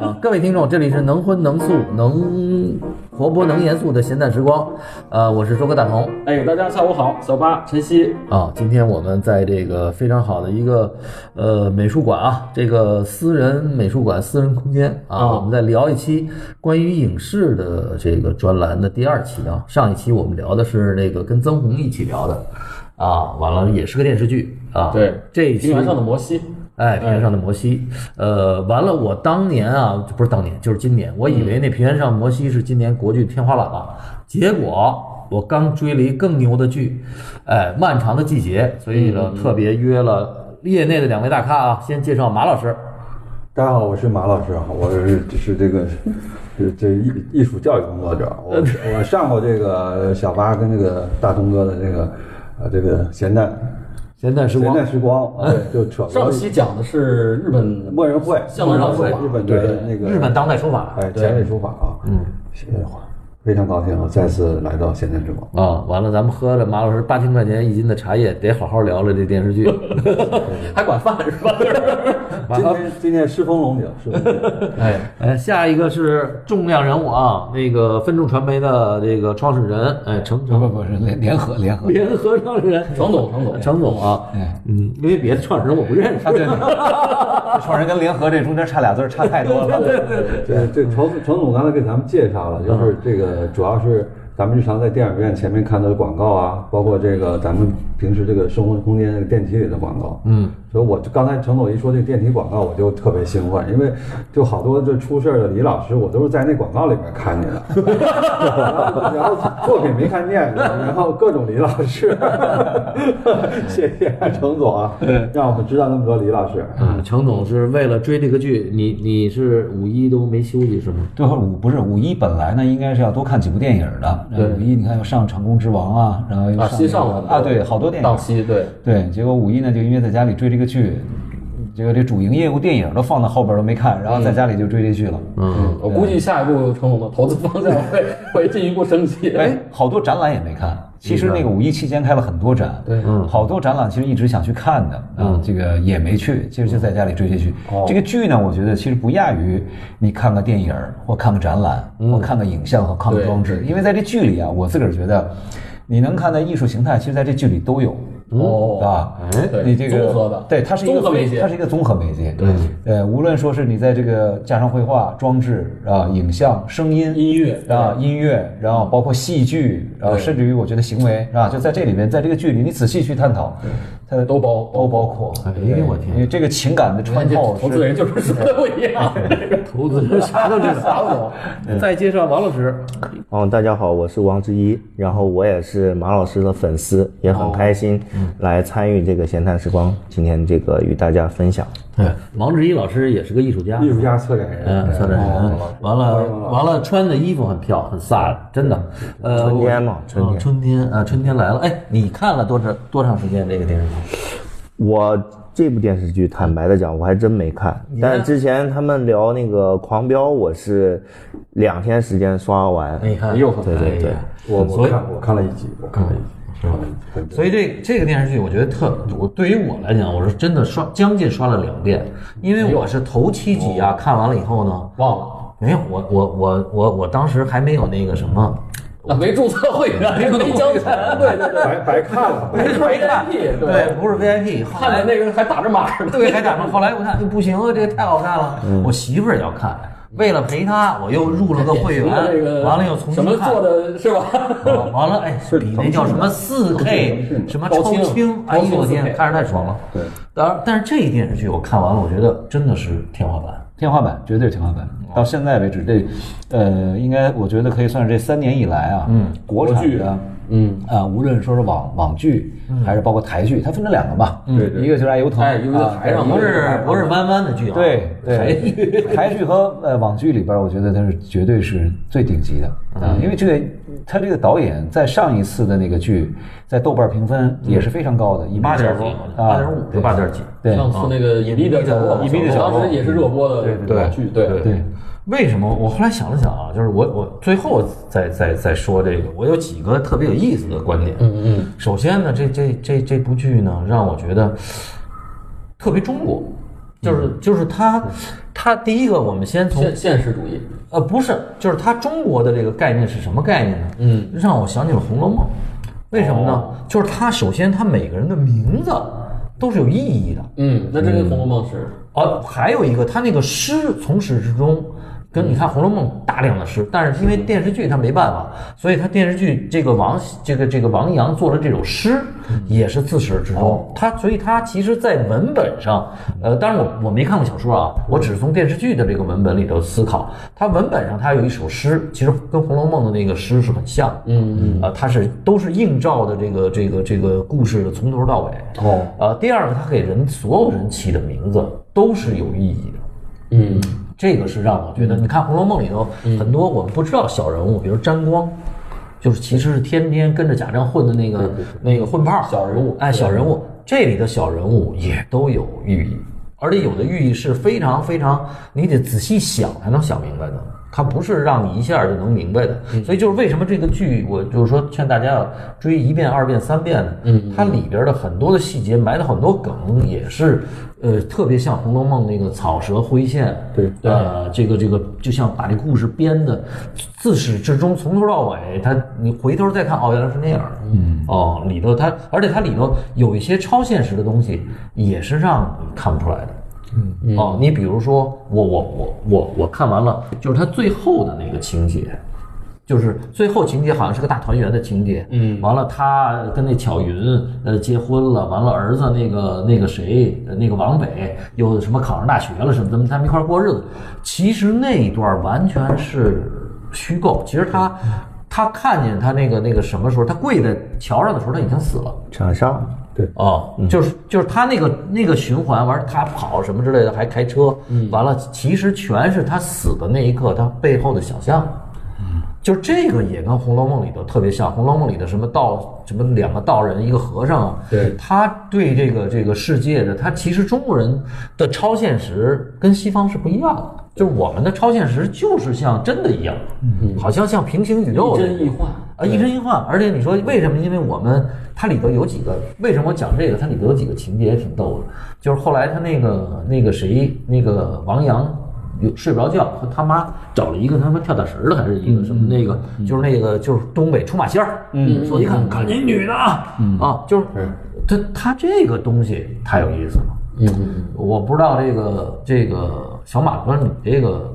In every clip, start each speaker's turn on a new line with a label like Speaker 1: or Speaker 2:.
Speaker 1: 啊各位听众，这里是能荤能素能活泼能严肃的闲淡时光，呃，我是周哥大同。
Speaker 2: 哎，大家下午好，小八、晨曦，
Speaker 1: 啊，今天我们在这个非常好的一个呃美术馆啊，这个私人美术馆、私人空间啊，
Speaker 2: 啊
Speaker 1: 我们再聊一期关于影视的这个专栏的第二期啊。上一期我们聊的是那个跟曾红一起聊的啊，完了也是个电视剧啊。
Speaker 2: 对
Speaker 1: 这一期
Speaker 2: 平原上的摩西，
Speaker 1: 哎，平原上的摩西，呃，完了，我当年啊，不是当年，就是今年，我以为那平原上摩西是今年国剧天花板了，结果我刚追了一更牛的剧，哎，《漫长的季节》，所以呢，特别约了业内的两位大咖啊，先介绍马老师，
Speaker 3: 大家好，我是马老师啊，我是是这个是这艺艺术教育工作者，我我上过这个小八跟这个大东哥的这个呃这个咸蛋
Speaker 1: 闲淡时
Speaker 3: 咸
Speaker 1: 光，
Speaker 3: 蛋时光，对，就扯
Speaker 2: 上
Speaker 3: 过
Speaker 2: 期讲的是日本
Speaker 3: 莫人会，
Speaker 2: 向日葵
Speaker 3: 日本的那个
Speaker 1: 日本当代书法，
Speaker 3: 哎前卫书法啊，嗯，非常高兴我再次来到咸蛋时光，
Speaker 1: 啊，完了，咱们喝了马老师八千块钱一斤的茶叶，得好好聊聊这电视剧。
Speaker 2: 还管饭是 吧？
Speaker 3: 今天今天世风龙井，世风龙井
Speaker 2: 哎，
Speaker 1: 哎，下一个是重量人物啊，那个分众传媒的这个创始人，哎，程程
Speaker 4: 不不不是联联合 联合，
Speaker 1: 联合创始人
Speaker 2: 程哎总，程总，
Speaker 1: 程总啊，
Speaker 4: 哎，
Speaker 1: 嗯，因为别的创始人我不认识，
Speaker 4: 啊对，对 创始人跟联合这中间差俩字儿差太多了，对对对，
Speaker 3: 对对，程程总刚才给咱们介绍了，就是
Speaker 1: 嗯
Speaker 3: 这个主要是咱们日常在电影院前面看到的广告啊，包括这个咱们平时这个生活空间这个电梯里的广告。嗯，所以我就刚才程总一说这电梯广告，我就特别兴奋，因为就好多这出事儿的李老师，我都是在那广告里面看见的， 然后然后作品没看见，然后各种李老师， 谢谢程总啊，
Speaker 1: 嗯
Speaker 3: 让我们知道那么多李老师。
Speaker 1: 啊，程总是为了追这个剧，你你是五一都没休息是吗？
Speaker 4: 对，五不是五一本来呢，应该是要多看几部电影的。
Speaker 1: 对
Speaker 4: 五一你看要上《长空之王》啊，然后又
Speaker 2: 啊，
Speaker 4: 上
Speaker 2: 新上了很多
Speaker 4: 啊，对，好多电影
Speaker 2: 档。期，对，
Speaker 4: 对，结果五一呢，就因为在家里追这个剧，结果这主营业务电影都放到后边都没看，然后在家里就追这剧了。
Speaker 1: 嗯，
Speaker 2: 我估计下一步程总的投资方向会会进一步升级。
Speaker 4: 哎，好多展览也没看。其实那个五一期间开了很多展，
Speaker 2: 对
Speaker 4: 好多展览其实一直想去看的啊，这个也没去，其实就在家里追这剧。这个剧呢，我觉得其实不亚于你看个电影儿或看个展览或看个影像和看个装置，因为在这剧里啊，我自个儿觉得，你能看到艺术形态，其实在这剧里都有。
Speaker 2: 哦
Speaker 4: 啊，
Speaker 2: 对
Speaker 4: 你这个
Speaker 2: 综合的
Speaker 4: 对，它是一个
Speaker 2: 综合媒
Speaker 4: 非
Speaker 2: 介
Speaker 4: 它是一个综合媒介。对，呃，无论说是你在这个加上绘画、装置啊、影像、声音、
Speaker 2: 音乐
Speaker 4: 啊，音乐，然后包括戏剧，然后甚至于我觉得行为啊，就在这里面，在这个剧里，你仔细去探讨，它
Speaker 2: 都包
Speaker 4: 都包括。
Speaker 1: 哎
Speaker 4: 对
Speaker 1: 我天
Speaker 4: 因为这个情感的穿
Speaker 2: 哎这
Speaker 4: 透
Speaker 2: 投资
Speaker 4: 是，
Speaker 2: 人就是说的不一样，
Speaker 1: 投资人啥都知 道。再介绍王老师，
Speaker 5: 嗯，大家好，我是王之一，然后我也是马老师的粉丝，也很开心来参与这个闲谈时光，今天这个与大家分享。
Speaker 1: 哎，王志一老师也是个艺术家，
Speaker 3: 艺术家哎策展人，哦
Speaker 1: 嗯，策展人，完了完了，穿的衣服很漂亮，很飒，真的。呃，
Speaker 5: 春天
Speaker 1: 我
Speaker 5: 嘛春天
Speaker 1: 啊春天啊，春天来了。哎，你看了多长多长时间这个电视剧？
Speaker 5: 我这部电视剧，坦白的讲，我还真没看。但是之前他们聊那个《狂飙》，我是两天时间刷完。
Speaker 1: 你看，
Speaker 3: 又很
Speaker 5: 对对对，
Speaker 3: 我我看我看了一集，我看了一集，看了一集对对
Speaker 1: 所以这这个电视剧，我觉得特，我对于我来讲，我是真的刷将近刷了两遍，因为我是头七集啊，看完了以后呢，
Speaker 2: 忘了。
Speaker 1: 没有，我我我我我当时还没有那个什么，
Speaker 2: 啊，没注册会员，没交钱，对对对，
Speaker 3: 白白看了，白
Speaker 2: 没白看，对
Speaker 1: 对，，不是 VIP，后
Speaker 2: 看
Speaker 1: 来
Speaker 2: 来那个还打着码呢，
Speaker 1: 对，还打算后来我看，哎不行啊，这个太好看了，
Speaker 2: 嗯
Speaker 1: 我媳妇儿也要看，为了陪她，我又入了个 会员，
Speaker 2: 那哎啊个
Speaker 1: 完了又重新
Speaker 2: 什么
Speaker 1: 看
Speaker 2: 做。的是吧？
Speaker 1: 啊完了，哎，比那叫什么四 K，什么超
Speaker 2: 高
Speaker 1: 清
Speaker 2: 清，
Speaker 1: 哎呦我
Speaker 2: 高清
Speaker 1: 天，
Speaker 2: 4K
Speaker 1: 看着太爽了。对，当然，但是这一电视剧我看完了，我觉得真的是天花板。
Speaker 4: 天花板，绝对是天花板。到现在为止，这呃，应该我觉得可以算是这三年以来啊，嗯，国
Speaker 2: 国剧
Speaker 4: 产的，嗯啊，无论说是网网剧还是包括台剧，它分成两个嘛，对，一个就是爱油腾，
Speaker 2: 哎一个就是
Speaker 4: 啊
Speaker 2: 台上
Speaker 1: 不是不是弯弯的剧啊，
Speaker 4: 对
Speaker 1: 台剧
Speaker 4: 对， 台剧和呃网剧里边儿，我觉得它是绝对是最顶级的啊，因为这个他这个导演在上一次的那个剧，在豆瓣儿评分也是非常高的，一
Speaker 1: 八点
Speaker 4: 多啊
Speaker 1: 多，八点五是八点几。
Speaker 4: 对
Speaker 2: 上次那个隐蔽的角落，
Speaker 4: 隐蔽的角落
Speaker 2: 当时也是热播的网剧，对对
Speaker 4: 对。
Speaker 1: 为什么？我后来想了想啊，就是我我最后再再再说这个，我有几个特别有意思的观点。嗯嗯。首先呢，这这这这部剧呢，让我觉得特别中国，就是就是他，他第一个，我们嗯先从
Speaker 2: 现现实主义，
Speaker 1: 呃不是，就是他中国的这个概念是什么概念呢？嗯，哦让我想起了《红楼梦》，为什么呢？就是他首先他每个人的名字都是有意义的，
Speaker 2: 嗯，那这跟《红楼梦》是
Speaker 1: 哦，还有一个，他那个诗从始至终跟你看《红楼梦》大量的诗，但嗯是因为电视剧他没办法，所以他电视剧这个王这个这个王阳做了这首诗，也是自始至终。他所以他其实，在文本上，呃，当然我我没看过小说啊，我只是从电视剧的这个文本里头思考。他文本上他有一首诗，其实跟《红楼梦》的那个诗是很像，嗯嗯，啊，它是都是映照的这个这个这个故事的从头到尾。
Speaker 2: 哦，
Speaker 1: 呃，第二个，他给人所有人起的名字都是有意义的。
Speaker 2: 嗯，
Speaker 1: 这个是让我觉得，你看《红楼梦》里头很多我们不知道小人物，比如沾光，就是其实是天天跟着贾政混的那个那个混泡
Speaker 2: 小人物
Speaker 1: 哎，小人物这里的小人物也都有寓意，而且有的寓意是非常非常你得仔细想才能想明白的，它不是让你一下就能明白的。所以就是为什么这个剧，我就是说劝大家要追一遍、二遍、三遍呢？嗯，它里边的很多的细节埋的很多梗也是。呃，特别像《红楼梦》那个草蛇灰线，
Speaker 3: 对
Speaker 1: 呃，这个这个，就像把这故事编的自始至终，从头到尾，它你回头再看，哦，原来是那样，嗯，哦，里头它，而且它里头有一些超现实的东西，也是让你看不出来的，嗯，哦，你比如说，我我我我我看完了，就是它最后的那个情节，就是最后情节好像是个大团圆的情节，嗯，完了他跟那巧云呃结婚了，完了儿子那个那个谁呃那个王北又什么考上大学了什么，怎么他们一块儿过日子？其实那一段完全是虚构，其实他他看见他那个那个什么时候，他跪在桥上的时候他已经死了。
Speaker 5: 场上
Speaker 1: 哦，
Speaker 2: 嗯
Speaker 1: 就是就是他那个那个循环，完了他跑什么之类的，还开车，
Speaker 2: 嗯
Speaker 1: 完了其实全是他死的那一刻他背后的想象。
Speaker 2: 嗯
Speaker 1: 就这个也跟《红楼梦》里头特别像，《红楼梦》里的什么道什么两个道人一个和尚啊，
Speaker 2: 对
Speaker 1: 他对这个这个世界的他其实中国人的超现实跟西方是不一样的，就是我们的超现实就是像真的一样，好像像平行宇宙
Speaker 2: 亦
Speaker 1: 的
Speaker 2: 嗯真亦幻。
Speaker 1: 啊，一真一幻。而且你说为什么？因为我们它里头有几个，为什么我讲这个？它里头有几个情节也挺逗的，就是后来他那个那个谁，那个王阳。有睡不着觉，和他妈找了一个他妈跳大神儿的，还是一个什么那个，就是那个就是东北出马仙儿，嗯，说一看看你女的啊，啊，就是他他这个东西太有意思了，
Speaker 2: 嗯，
Speaker 1: 我不知道这个这个小马哥，你这个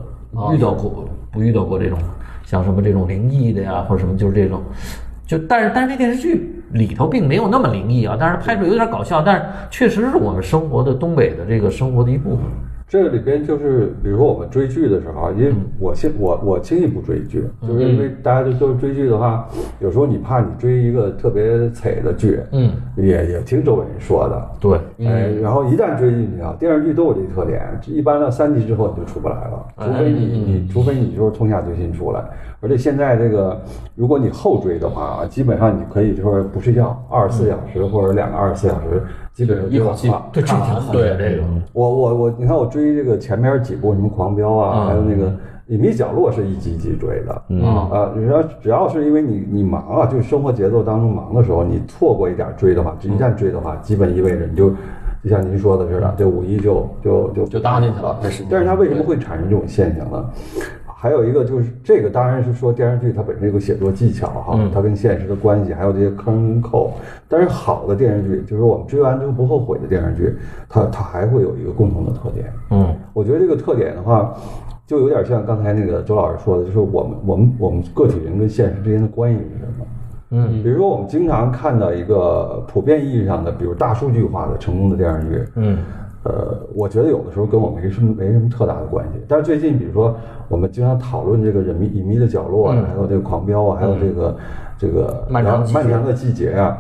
Speaker 1: 遇到过不遇到过这种像什么这种灵异的呀，或者什么就是这种，就但是但是这电视剧里头并没有那么灵异啊，但是拍出有点搞笑，但是确实是我们生活的东北的这个生活的一部分。
Speaker 3: 这里边就是，比如说我们追剧的时候啊，因为我现我我轻易不追剧，就是因为大家就都追剧的话，有时候你怕你追一个特别惨的剧，
Speaker 1: 嗯，
Speaker 3: 也也听周围人说的，
Speaker 1: 对，
Speaker 3: 哎，
Speaker 2: 嗯
Speaker 3: 然后一旦追进去啊，电视剧都有这特点，一般到三集之后你就出不来了，
Speaker 2: 啊
Speaker 3: 除非你
Speaker 2: 嗯
Speaker 3: 你除非你就是痛下决心出来。而且现在这个，如果你后追的话，基本上你可以就是不睡觉，二十四小时或者两个二十四小时，基本上就
Speaker 2: 嗯
Speaker 3: 啊
Speaker 2: 一口气
Speaker 3: 看完
Speaker 1: 对，这挺好的这个，
Speaker 3: 我我我，你看我追这个前面几部什么《狂飙》
Speaker 2: 嗯
Speaker 3: 啊，还有那个《隐秘角落》是一集一集追的，嗯啊，只要只要是因为你你忙啊，就是生活节奏当中忙的时候，你错过一点追的话，一旦追的话，基本意味着你就就像您说的似的，这五一就就就
Speaker 2: 就搭进去了
Speaker 3: 但是它为什么会产生这种现象呢？还有一个就是这个，当然是说电视剧它本身有个写作技巧哈，它跟现实的关系，还有这些坑跟扣。但是好的电视剧，就是我们追完之后不后悔的电视剧，它它还会有一个共同的特点。
Speaker 1: 嗯，
Speaker 3: 我觉得这个特点的话，就有点像刚才那个周老师说的，就是我们我们我们个体人跟现实之间的关系是什么？嗯，比如说我们经常看到一个普遍意义上的，比如大数据化的成功的电视剧，嗯，呃，我觉得有的时候跟我没什么没什么特大的关系。但是最近，比如说我们经常讨论这个《隐秘隐秘的角落》啊，还有这个《狂飙》啊，还有这个、这个
Speaker 1: 嗯漫长的季节
Speaker 3: 漫长的季节啊，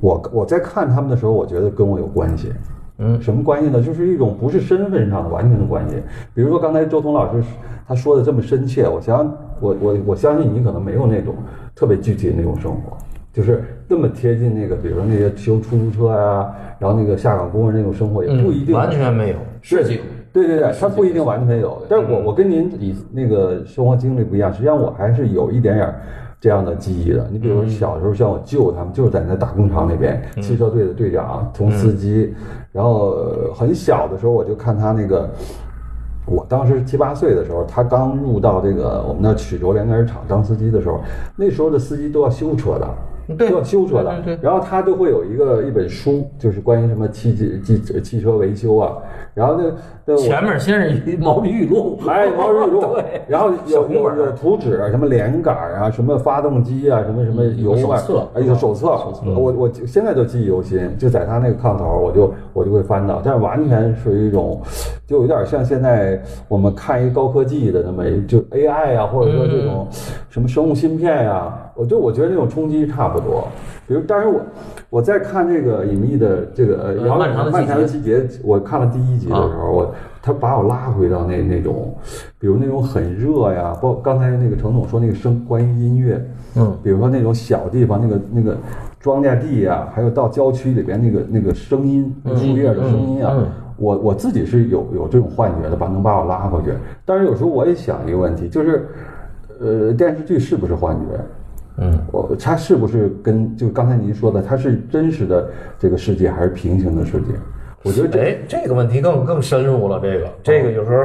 Speaker 3: 我我在看他们的时候，我觉得跟我有关系。嗯，什么关系呢？就是一种不是身份上的完全的关系。比如说刚才周彤老师他说的这么深切，我相我我我相信你可能没有那种特别具体的那种生活，就是那么贴近那个，比如说那些修出租车呀、然后那个下岗工人那种生活，也不一定、
Speaker 1: 嗯完全没有。
Speaker 2: 设计嗯
Speaker 3: 对对对，他不一定完全有。但是我我跟您那个生活经历不一样，实际上我还是有一点点儿这样的记忆的。你
Speaker 2: 嗯
Speaker 3: 比如说小时候，像我舅他们就是在那大工厂里边，汽车队的队长，从司机，
Speaker 2: 嗯
Speaker 3: 然后呃很小的时候我就看他那个。我当时七八岁的时候，他刚入到这个我们那曲轴连杆儿厂当司机的时候，那时候的司机都要修车的，都要修车的。然后他就会有一个一本书，就是关于什么汽机汽汽车维修啊。然后那那我
Speaker 1: 前面先是一毛笔语录，
Speaker 3: 哎，毛笔录
Speaker 1: 对，
Speaker 3: 然后
Speaker 1: 小
Speaker 3: 有
Speaker 1: 红本
Speaker 3: 有
Speaker 1: 儿
Speaker 3: 有图纸，什么连杆儿啊，什么发动机啊，什么什么
Speaker 1: 嗯
Speaker 3: 油啊，
Speaker 2: 手册
Speaker 3: 哎，有手册。我我现在都记忆犹新，就在他那个炕头儿，我就我就会翻到，但是完全属于一种，就有点像现在我们看一高科技的那么一就 AI 啊，或者说这种
Speaker 1: 嗯
Speaker 3: 什么生物芯片呀、我就我觉得那种冲击差不多。比如，但是我我在看这个隐秘的这个呃
Speaker 1: 呃
Speaker 3: 杨
Speaker 1: 漫长的季节啊
Speaker 3: 漫长的季节，我看了第一集的时候，我他把我拉回到那那种，比如那种很热呀，包括刚才那个程总说那个声关于音乐，嗯，比如说那种小地方那个那个庄稼地呀，还有到郊区里边那个那个声音，那树叶的声音啊。我我自己是有有这种幻觉的，把能把我拉回去。但是有时候我也想一个问题，就是，呃，电视剧是不是幻觉？我它是不是跟就刚才您说的，它是真实的这个世界还是平行的世界？我觉得这
Speaker 1: 哎，这个问题更更深入了。这个这个有时候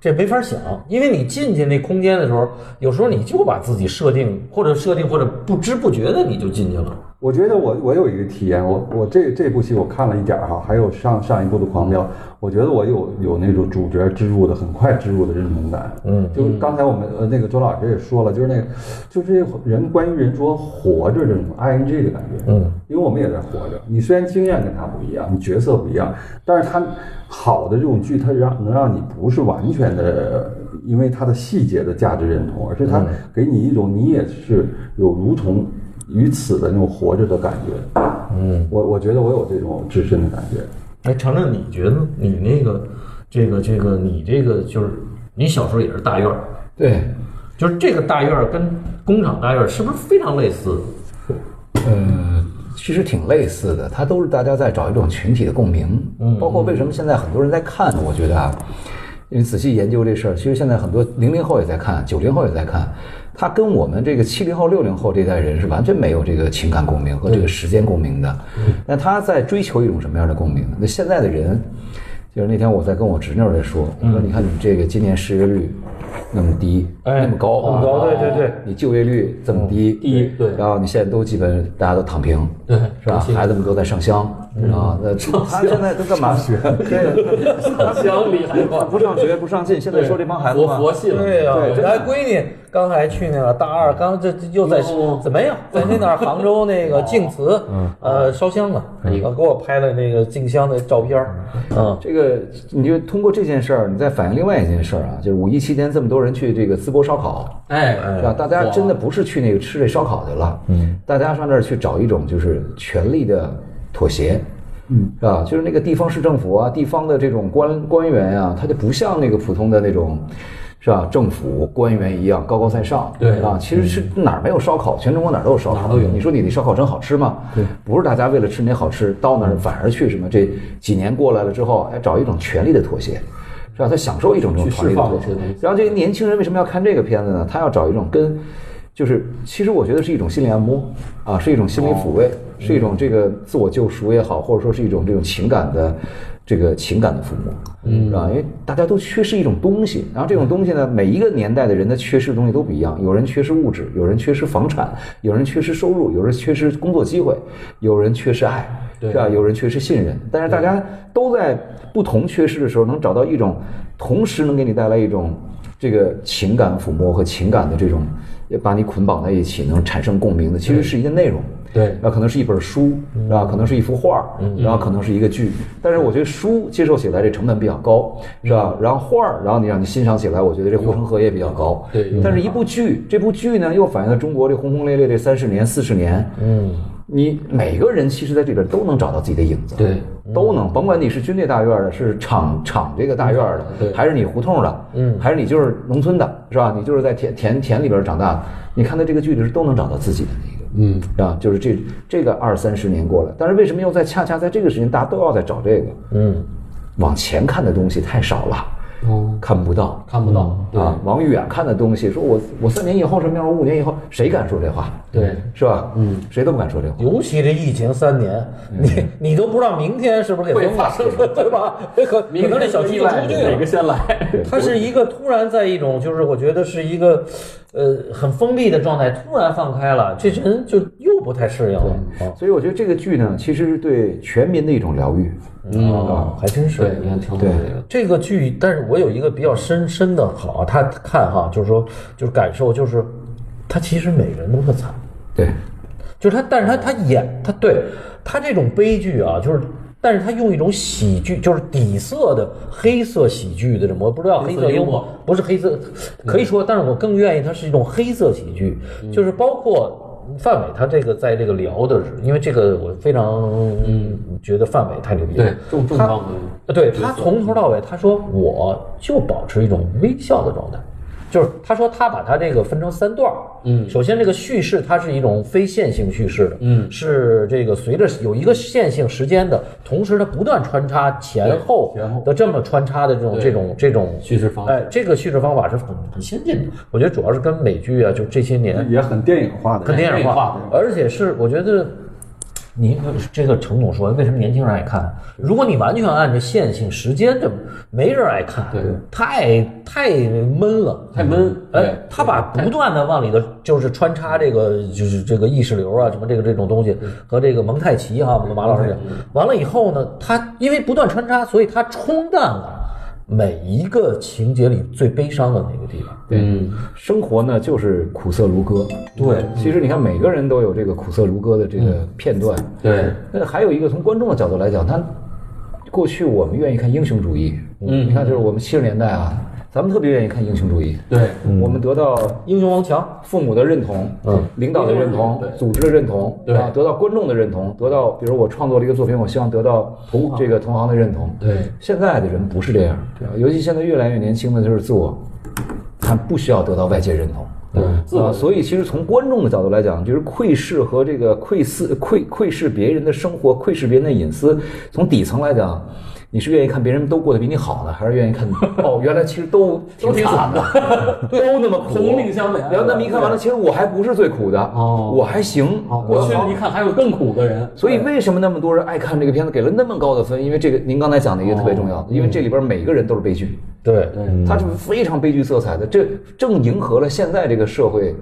Speaker 1: 这没法想，因为你进去那空间的时候，有时候你就把自己设定或者设定或者不知不觉的你就进去了。
Speaker 3: 我觉得我我有一个体验，我我这这部戏我看了一点儿哈，还有上上一部的《狂飙》，我觉得我有有那种主角植入的很快植入的认同感。嗯，就是刚才我们呃那个周老师也说了，就是那个就是这个人关于人说活着这种 ing 的感觉。嗯，因为我们也在活着，你虽然经验跟他不一样，你角色不一样，但是他好的这种剧，它让能让你不是完全的因为它的细节的价值认同，而是它
Speaker 4: 嗯
Speaker 3: 给你一种你也是有如同。于此的那种活着的感觉。嗯，我我觉得我有这种自身的感觉。
Speaker 1: 哎，程程，你觉得你那个这个这个你这个就是你小时候也是大院儿，
Speaker 2: 对，
Speaker 1: 就是这个大院儿跟工厂大院儿是不是非常类似？
Speaker 4: 呃，其实挺类似的，它都是大家在找一种群体的共鸣。嗯，包括为什么现在很多人在看，我觉得啊，因为仔细研究这事儿，其实现在很多零零后也在看，九零后也在看，它跟我们这个七零后、六零后这代人是完全没有这个情感共鸣和这个时间共鸣的。那他在追求一种什么样的共鸣？那现在的人。就是那天我在跟我侄女儿在说，我说你看你这个今年失业率那么低，那么高，那么高，哎哦对对对，你就业率这么低，低，对，然后你现在都基本大家都躺平，对，是吧？孩子们都在上香，啊，那他现在都干嘛？ 对，
Speaker 2: 乡里还有
Speaker 4: 不上学不上进，现在说这帮孩子
Speaker 2: 佛
Speaker 4: 嘛
Speaker 2: 佛系了，
Speaker 1: 对呀、啊
Speaker 4: 对
Speaker 1: 我
Speaker 4: 真的
Speaker 1: 家闺女刚才去那个大二，刚这这又在怎么样，在那哪儿杭州那个净慈，呃，烧香呢，呃给我拍了那个静香的照片儿，嗯，
Speaker 4: 这个你就通过这件事儿，你再反映另外一件事儿啊，就是五一期间这么多人去这个淄博烧烤，
Speaker 2: 哎，
Speaker 4: 是吧？大家真的不是去那个吃这烧烤去了，嗯，大家上那儿去找一种就是权力的妥协，嗯，是吧？就是那个地方市政府啊，地方的这种官官员呀、他就不像那个普通的那种。是吧？政府官员一样高高在上，
Speaker 2: 对
Speaker 4: 啊，其实是哪儿没有烧烤，全中国哪儿都有烧烤，都有。你说你的烧烤真好吃吗？嗯对，不是大家为了吃那好吃，到那儿反而去什么？这几年过来了之后，哎，找一种权力的妥协，是吧？他享受一种这种
Speaker 2: 去
Speaker 4: 权力
Speaker 2: 释
Speaker 4: 的
Speaker 2: 放
Speaker 4: 妥
Speaker 2: 这些。
Speaker 4: 协
Speaker 2: 东西。
Speaker 4: 然后这些年轻人为什么要看这个片子呢？他要找一种跟，就是其实我觉得是一种心理按摩啊，是一种心理抚慰，
Speaker 2: 哦
Speaker 4: 是一种这个自我救赎也好，或者说是一种这种情感的这个情感的抚摸，嗯，啊，因为大家都缺失一种东西，然后这种东西呢，每一个年代的人的缺失的东西都不一样，有人缺失物质，有人缺失房产，有人缺失收入，有人缺失工作机会，有人缺失爱。是吧？有人缺失信任，但是大家都在不同缺失的时候，能找到一种，同时能给你带来一种这个情感抚摸和情感的这种，也把你捆绑在一起，能产生共鸣的，其实是一个内容。
Speaker 2: 对
Speaker 4: 那可能是一本书，
Speaker 2: 嗯
Speaker 4: 然后可能是一幅画，然后可能是一个剧。但是我觉得书接受起来这成本比较高，是吧？
Speaker 2: 嗯
Speaker 4: 然后画儿，然后你让你欣赏起来，我觉得这护城河也比较高。
Speaker 2: 对
Speaker 4: 但是一部剧，这部剧呢又反映了中国这轰轰烈烈这三十年、四十年，嗯，你每个人其实在这边都能找到自己的影子。
Speaker 2: 对。
Speaker 4: 都能，甭管你是军队大院的，是厂厂这个大院的，还是你胡同的，嗯，还是你就是农村的，是吧？你就是在田田田里边长大的，你看在这个剧里是都能找到自己的那个，嗯，啊，就是这这个二三十年过来，但是为什么又在恰恰在这个时间，大家都要在找这个，嗯，往前看的东西太少了。
Speaker 2: 哦
Speaker 4: 看不到
Speaker 2: 看不到，对
Speaker 4: 啊，往远看的东西，说我我三年以后什么样，我五年以后，谁敢说这话？
Speaker 2: 对，
Speaker 4: 是吧？嗯，谁都不敢说这话。
Speaker 1: 尤其这疫情三年，你你都不知道明天是不是给
Speaker 2: 会
Speaker 1: 封
Speaker 2: 发
Speaker 1: 了，
Speaker 2: 生什 么？
Speaker 1: 对吧？可可
Speaker 2: 明
Speaker 1: 能
Speaker 2: 天
Speaker 1: 这小区就出不去
Speaker 2: 哪
Speaker 1: 了
Speaker 2: 个。先来？
Speaker 1: 它是一个突然在一种就是我觉得是一个，呃，很封闭的状态，突然放开了，这人就又不太适应了。啊
Speaker 4: 所以我觉得这个剧呢，其实是对全民的一种疗愈。
Speaker 1: 嗯，还真是。
Speaker 2: 对，你看挺好的这个。
Speaker 1: 这个剧，但是我有一个比较深深的好，啊他看哈，就是说，就是感受，就是他其实每个人都特惨，
Speaker 4: 对，
Speaker 1: 就是他，但是他他演他对他这种悲剧啊，就是。但是他用一种喜剧，就是底色的黑色喜剧的这么，我不知道黑色幽默嗯不是黑色，可以说，但是我更愿意它是一种黑色喜剧，就是包括范伟他这个在这个聊的是，因为这个我非常觉得范伟太牛逼了，
Speaker 2: 对，重重磅的，
Speaker 1: 呃，对他从头到尾，他说我就保持一种微笑的状态，就是他说他把他这个分成三段嗯，首先这个叙事它是一种非线性叙事的，嗯，是这个随着有一个线性时间的，同时它不断穿插前后的这么穿插的这种这种这种
Speaker 2: 叙事方式
Speaker 1: 哎，这个叙事方法是很很先进的，我觉得主要是跟美剧啊，就这些年
Speaker 6: 也很电影化的，
Speaker 1: 很电影
Speaker 2: 电影
Speaker 1: 化
Speaker 2: 化，
Speaker 1: 而且是我觉得。您这个程总说，为什么年轻人爱看？如果你完全按照线性时间这么，没人爱看，
Speaker 2: 对
Speaker 1: 太太闷了，
Speaker 2: 太闷。
Speaker 1: 哎
Speaker 2: 对，，
Speaker 1: 他把不断的往里头就是穿插这个就是这个意识流啊，什么这个这种东西和这个蒙太奇哈、我们马老师讲，完了以后呢，他因为不断穿插，所以他冲淡了每一个情节里最悲伤的那个地方。
Speaker 2: 嗯，
Speaker 4: 生活呢就是苦涩如歌。对，嗯其实你看每个人都有这个苦涩如歌的这个片段。
Speaker 2: 对，
Speaker 4: 那还有一个从观众的角度来讲，他过去我们愿意看英雄主义，嗯，你看就是我们七十年代啊，咱们特别愿意看英雄主义，
Speaker 2: 对，
Speaker 4: 我们得到
Speaker 1: 英雄王强，
Speaker 4: 父母的认同，嗯，领导的认同
Speaker 2: 对，
Speaker 4: 组织的认同，
Speaker 2: 对
Speaker 4: 啊，得到观众的认同，得到比如我创作了一个作品，我希望得到同这个同行的认同。
Speaker 2: 对
Speaker 4: 现在的人不是这样，对吧？尤其现在越来越年轻的就是自我，他不需要得到外界认同。
Speaker 2: 对自我
Speaker 4: 啊，所以其实从观众的角度来讲，就是窥视和这个窥视、窥窥视别人的生活、窥视别人的隐私，从底层来讲，你是愿意看别人都过得比你好呢，还是愿意看哦，原来其实都
Speaker 2: 都挺惨的，
Speaker 4: 都那么苦，
Speaker 2: 同命相连
Speaker 4: 然后那么一看完了，其实我还不是最苦的，
Speaker 2: 哦
Speaker 4: 啊我还行，呃
Speaker 2: 我去一看还有更苦的人，
Speaker 4: 所以为什么那么多人爱看这个片子，给了那么高的分？因为这个您刚才讲的一个特别重
Speaker 2: 哦
Speaker 4: 要，
Speaker 2: 嗯
Speaker 4: 因为这里边每个人都是悲剧，
Speaker 1: 对，
Speaker 4: 它是非常悲剧色彩的，这正迎合了现在这个社会。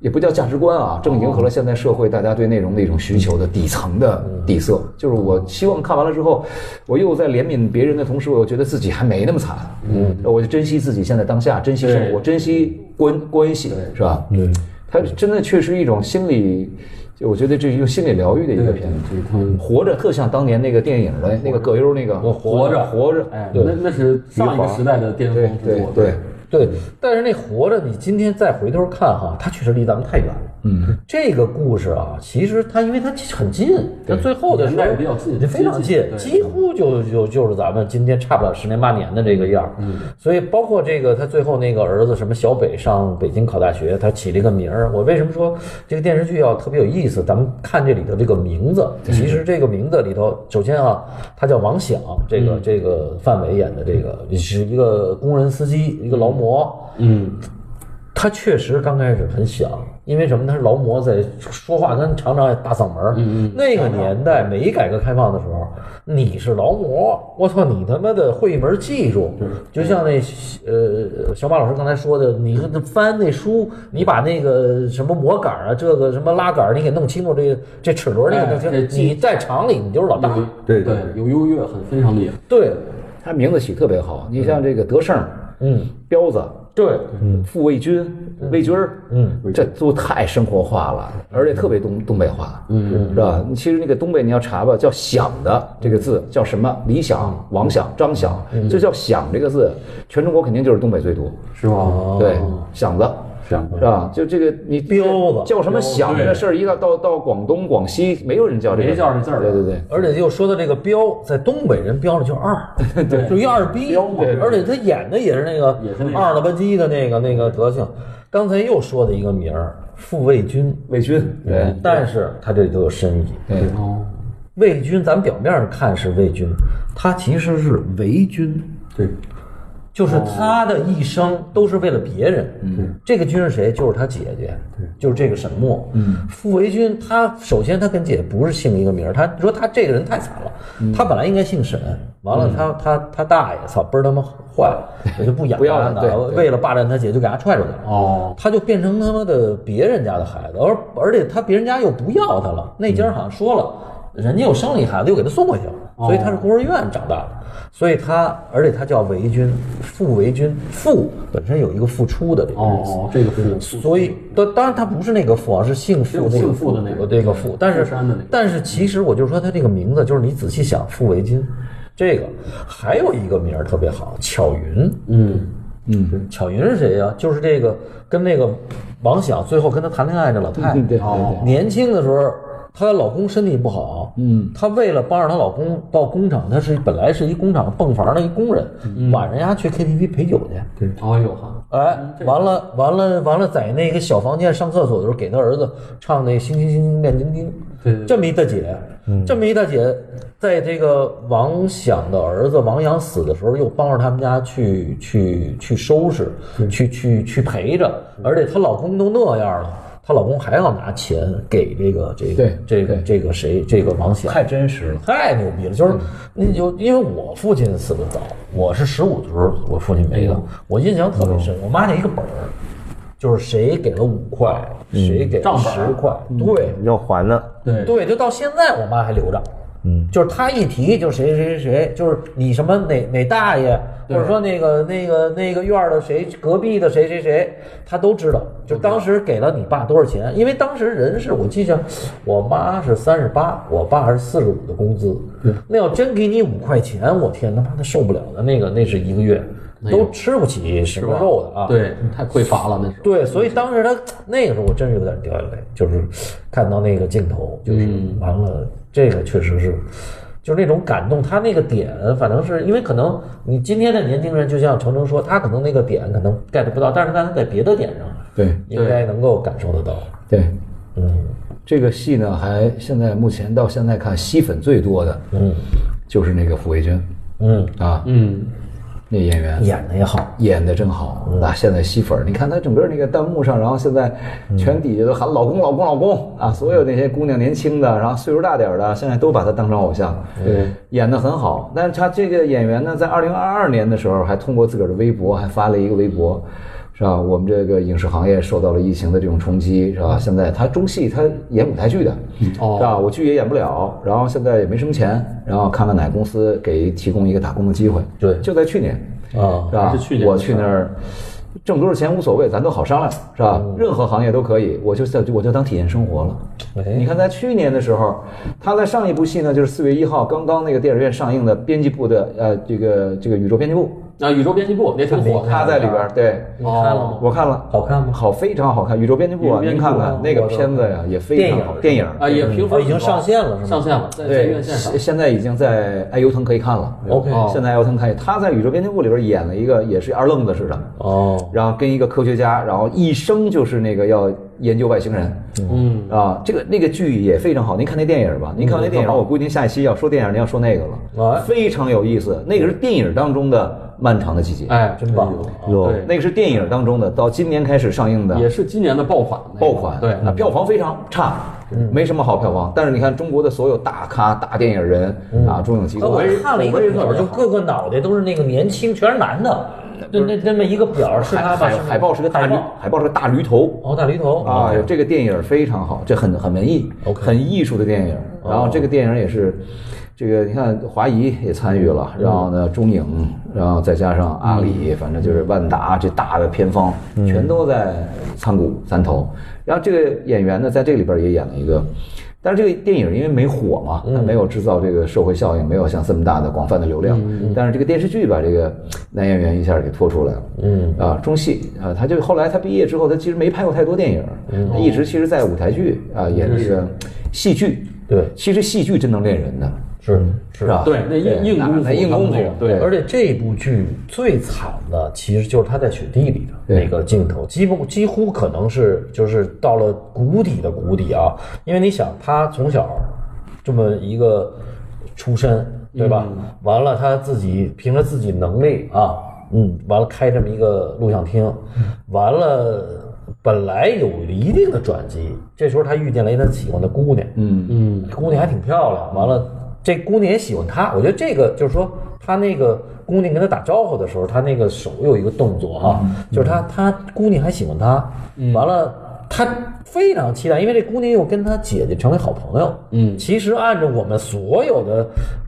Speaker 4: 也不叫价值观啊，正迎合了现在社会大家对内容的一种需求的底层的底色，就是我希望看完了之后，我又在怜悯别人的同时，我又觉得自己还没那么惨，嗯，我就珍惜自己现在当下，珍惜生
Speaker 2: 对
Speaker 4: 活，珍惜关关系，是吧？嗯，它真的确实一种心理，就我觉得这是一个心理疗愈的一个片子。
Speaker 2: 就是他们
Speaker 4: 活着特像当年那个电影的那个葛优那个活着活着，
Speaker 2: 哎，那那是上一个时代的巅
Speaker 4: 对
Speaker 2: 峰之
Speaker 4: 对
Speaker 2: 作，
Speaker 4: 对，
Speaker 2: 嗯
Speaker 1: 对，但是那活着，你今天再回头看哈，它确实离咱们太远了。嗯，这个故事啊，其实它因为它很近，它最后的时
Speaker 2: 年
Speaker 1: 候
Speaker 2: 代比较近
Speaker 1: 非常近
Speaker 2: 接，近对
Speaker 1: 几乎就就就是咱们今天差不了十年八年的这个样儿。嗯，所以包括这个他最后那个儿子什么小北上北京考大学，他起了一个名儿。我为什么说这个电视剧要特别有意思？咱们看这里头这个名字，其实这个名字里头，首先啊，他叫王响，这个这个范伟演的这个是一个工人司机，一个劳模。
Speaker 2: 嗯，
Speaker 1: 他确实刚开始很响，因为什么？他是劳模，在说话跟厂长大嗓门儿。
Speaker 2: 嗯
Speaker 1: 那个年代没改革开放的时候，你是劳模，我操，你他妈的会一门技术，就像那呃小马老师刚才说的，你看这翻那书，你把那个什么磨杆儿啊，这个什么拉杆儿，你给弄清楚，这这齿轮你给弄清楚
Speaker 2: 哎这，嗯技
Speaker 1: 你在厂里你就是老大。
Speaker 6: 对
Speaker 2: 对
Speaker 6: 对，
Speaker 2: 有优越很非常厉害，
Speaker 1: 对，
Speaker 4: 他名字起特别好，你像这个德胜，嗯，彪子。
Speaker 1: 对，
Speaker 4: 傅卫军、嗯魏军儿，嗯，这都太生活化了，而且特别东东北话，嗯，是吧？你其实那个东北你要查吧，叫“响”的这个字叫什么？李想、王想、张想，就叫“响”这个字，全中国肯定就是东北最多，
Speaker 2: 是吧？
Speaker 4: 对，响子，
Speaker 6: 想
Speaker 4: 是吧？就这个你
Speaker 1: 彪子
Speaker 4: 叫什么响
Speaker 2: 彪
Speaker 4: 这事儿，一到到到广东、广西，没有人叫这个，
Speaker 2: 没叫这字儿
Speaker 4: 对对对，
Speaker 1: 而且又说到这个彪，在东北人彪了就是 二，对，就一二逼
Speaker 2: 彪嘛对，
Speaker 1: 而且他演的也是那个
Speaker 2: 也是那个
Speaker 1: 二了吧唧的那个那个德行。刚才又说的一个名儿，傅卫军，
Speaker 4: 魏军，对，
Speaker 1: 但是他这里头有深意。
Speaker 4: 对，
Speaker 2: 哦，
Speaker 1: 魏军，咱表面上看是魏军，他其实是维军。
Speaker 6: 对，
Speaker 2: 哦
Speaker 1: 就是他的一生都是为了别人。嗯，这个军是谁？就是他姐姐，就是这个沈墨。嗯，傅维军，他首先他跟姐姐不是姓一个名儿，他你说他这个人太惨了，
Speaker 2: 嗯
Speaker 1: 他本来应该姓沈，完了他他他大爷，操，倍儿他妈坏了，我就不养
Speaker 2: 不要
Speaker 1: 他
Speaker 2: 了对
Speaker 1: 了，为了霸占他姐就给他踹出去了。
Speaker 2: 哦，
Speaker 1: 他就变成他妈的别人家的孩子，而而且他别人家又不要他了。那家好像说了，人家又生了一孩子，又给他送回去了，所以他是孤儿院长大的。所以他，而且他叫维军，傅维军，傅本身有一个付出的这个意思。
Speaker 2: 哦，这个父
Speaker 1: 所以，当当然他不是那个傅啊，是姓傅那个
Speaker 2: 姓傅的那个
Speaker 1: 这个傅，但是
Speaker 2: 富山的那个
Speaker 1: 但是其实我就说他这个名字，就是你仔细想，傅维金，这个还有一个名儿特别好，巧云，
Speaker 2: 嗯，
Speaker 1: 巧云是谁呀、就是这个跟那个王响最后跟她谈恋爱那老太太。
Speaker 2: 哦，
Speaker 1: 年轻的时候，她老公身体不好，嗯，她为了帮着她老公到工厂，她是本来是一工厂泵房的一工人，
Speaker 2: 嗯
Speaker 1: 晚上人家去 KTV 陪酒去，
Speaker 2: 哦呦哈，
Speaker 1: 哎，完了完了完了，在那个小房间上厕所的时候，给他儿子唱那《星星星星亮晶晶》。
Speaker 2: 对对对嗯
Speaker 1: 这么一大姐，这么一大姐，在这个王响的儿子王阳死的时候，又帮着他们家去去去收拾，去去去陪着，而且她老公都那样了。她老公还要拿钱给这个这个
Speaker 2: 对
Speaker 1: 这个这个谁这个王响，
Speaker 4: 太真实了。
Speaker 1: 太牛逼了！就是
Speaker 2: 嗯
Speaker 1: 你就因为我父亲死的早，我是十五的时候我父
Speaker 2: 哎
Speaker 1: 亲没了，我印象特
Speaker 2: 嗯
Speaker 1: 别深。我妈那一个本儿，就是谁给了五块，谁给了
Speaker 2: 嗯账本嗯
Speaker 1: 十块，对
Speaker 5: 要还呢。
Speaker 2: 对，
Speaker 1: 对，就到现在我妈还留着。嗯，就是她一提就谁谁谁谁，就是你什么哪哪大爷，或者说那个那个那个院儿的谁，隔壁的谁谁谁，她都知道。就当时给了你爸多少钱？因为当时人是我记着，我妈是三十八，我爸是四十五的工资。那要真给你五块钱，我天，他妈的受不了的那个，那是一个月都吃不起什么肉的啊。
Speaker 2: 对，太匮乏了那时候。
Speaker 1: 对，所
Speaker 4: 嗯
Speaker 1: 以当时他那个时候我真是有点掉眼泪，就是看到那个镜头，就是
Speaker 4: 嗯
Speaker 1: 完了，这个确实是，就是那种感动，他那个点，反正是因为可能你今天的年轻人，就像程程说，他可能那个点可能 get 不到，但是他在别的点上
Speaker 4: 对
Speaker 1: 应该能够感受得到。
Speaker 4: 对，这个戏呢，还现在目前到现在看吸粉最多的，嗯，就是那个傅维军
Speaker 1: 嗯，
Speaker 4: 啊，
Speaker 2: 嗯，
Speaker 4: 那演员
Speaker 1: 演的也好，
Speaker 4: 演的真好，那现在吸粉儿，你看他整个那个弹幕上，然后现在全底下都喊老公老公老公啊，所有那些姑娘年轻的，然后岁数大点儿的，现在都把他当成偶像，
Speaker 2: 对，
Speaker 4: 演的很好。但是他这个演员呢，在二零二二年的时候，还通过自个儿的微博还发了一个微博，是吧？我们这个影视行业受到了疫情的这种冲击，是吧？现在他中戏他演舞台剧的，
Speaker 2: 哦
Speaker 4: 是吧？我剧也演不了，然后现在也没什么钱，然后看看哪个公司给提供一个打工的机会，
Speaker 1: 对
Speaker 4: 就在去年。
Speaker 1: 啊
Speaker 4: 是吧？
Speaker 2: 还是去年的
Speaker 4: 我去那儿挣多少钱无所谓，咱都好商量，是吧？任何行业都可以，我就在我就当体验生活了。
Speaker 1: 哎
Speaker 4: 你看，在去年的时候，他在上一部戏呢，就是四月一号刚刚那个电影院上映的编辑部的呃这个这个宇宙编辑部，
Speaker 2: 那啊宇宙编辑部也挺火的，
Speaker 4: 他在里边儿，对，
Speaker 1: 看了吗？
Speaker 4: 我看了，
Speaker 1: 好看吗
Speaker 4: 好，非常好看，宇宙编辑部啊，
Speaker 2: 宇宙
Speaker 4: 您
Speaker 2: 编辑部
Speaker 4: 看看那个片子呀，也非常好，电影
Speaker 2: 啊，也评分
Speaker 1: 哦已经上线了是吗
Speaker 2: 上线了，在在
Speaker 4: 对，
Speaker 2: 院线上
Speaker 4: 现。现在已经在爱优腾可以看了。
Speaker 1: OK
Speaker 4: 哦现在爱优腾可以，他在宇宙编辑部里边演了一个也是二愣子似的，
Speaker 1: 哦，
Speaker 4: 然后跟一个科学家，然后一生就是那个要研究外星人。
Speaker 2: 嗯，
Speaker 4: 啊，这个那个剧也非常好，您看那电影吧。您看完那电
Speaker 2: 嗯
Speaker 4: 影，我估计您下一期要说电影，您要说那个
Speaker 1: 哎
Speaker 4: 了，非常有意思。那个是电影当中的漫长的季节，
Speaker 2: 哎，
Speaker 1: 真棒！
Speaker 5: 有
Speaker 2: 对
Speaker 4: 那个是电影当中的，到今年开始上映的
Speaker 2: 也是今年的爆款，那个
Speaker 4: 爆款，
Speaker 2: 对，嗯
Speaker 4: 啊，票房非常差，没什么好票房。但是你看中国的所有大咖、大电影人
Speaker 2: 嗯
Speaker 4: 啊，中影集
Speaker 1: 呃，我
Speaker 4: 团，
Speaker 1: 看了一个表，就各个脑袋都是那个年轻，全是男的，那那那么一个表是他
Speaker 4: 海
Speaker 1: 把
Speaker 4: 海海报是个大
Speaker 1: 海
Speaker 4: 驴
Speaker 1: 报，
Speaker 4: 海报是个大驴头，
Speaker 1: 哦，大驴头
Speaker 4: 啊，这个电影非常好，这很很文艺
Speaker 1: OK 哦
Speaker 4: 很艺术的电影。然后这个电影也是，这个你看华谊也参与了，然后
Speaker 1: 嗯
Speaker 4: 呢中影，然后再加上阿里，反正就是万达这大的片方，
Speaker 1: 嗯
Speaker 4: 全都在参股参投。然后这个演员呢，在这里边也演了一个。但是这个电影因为没火嘛，它没有制造这个社会效应，没有像这么大的广泛的流量。但是这个电视剧把这个男演员一下给拖出来了。嗯啊，中戏啊，他就后来他毕业之后，他其实没拍过太多电影，他一直其实在舞台剧啊演这个戏剧。
Speaker 1: 对
Speaker 4: 其实戏剧真能练人的，
Speaker 1: 是
Speaker 4: 嗯是吧？
Speaker 2: 对那硬硬功夫
Speaker 4: 那硬功夫
Speaker 2: 他们那个，
Speaker 4: 对，
Speaker 1: 而且这部剧最惨的其实就是他在雪地里的
Speaker 4: 对
Speaker 1: 那个镜头，几乎几乎可能是就是到了谷底的谷底啊，因为你想他从小这么一
Speaker 4: 嗯
Speaker 1: 个出身，对吧？完了他自己凭着自己能力啊。嗯，完了开这么一个录像厅，
Speaker 4: 嗯
Speaker 1: 完了本来有一定的转机，这时候他遇见了一个他喜欢的姑娘，嗯嗯，姑娘还挺漂亮，完了这姑娘也喜欢他，我觉得这个就是说他那个姑娘跟他打招呼的时候，他那个手有一个动作哈、就是他他姑娘还喜欢他，完了他非常期待，因为这姑娘又跟他姐姐成为好朋友，嗯，其实按照我们所有的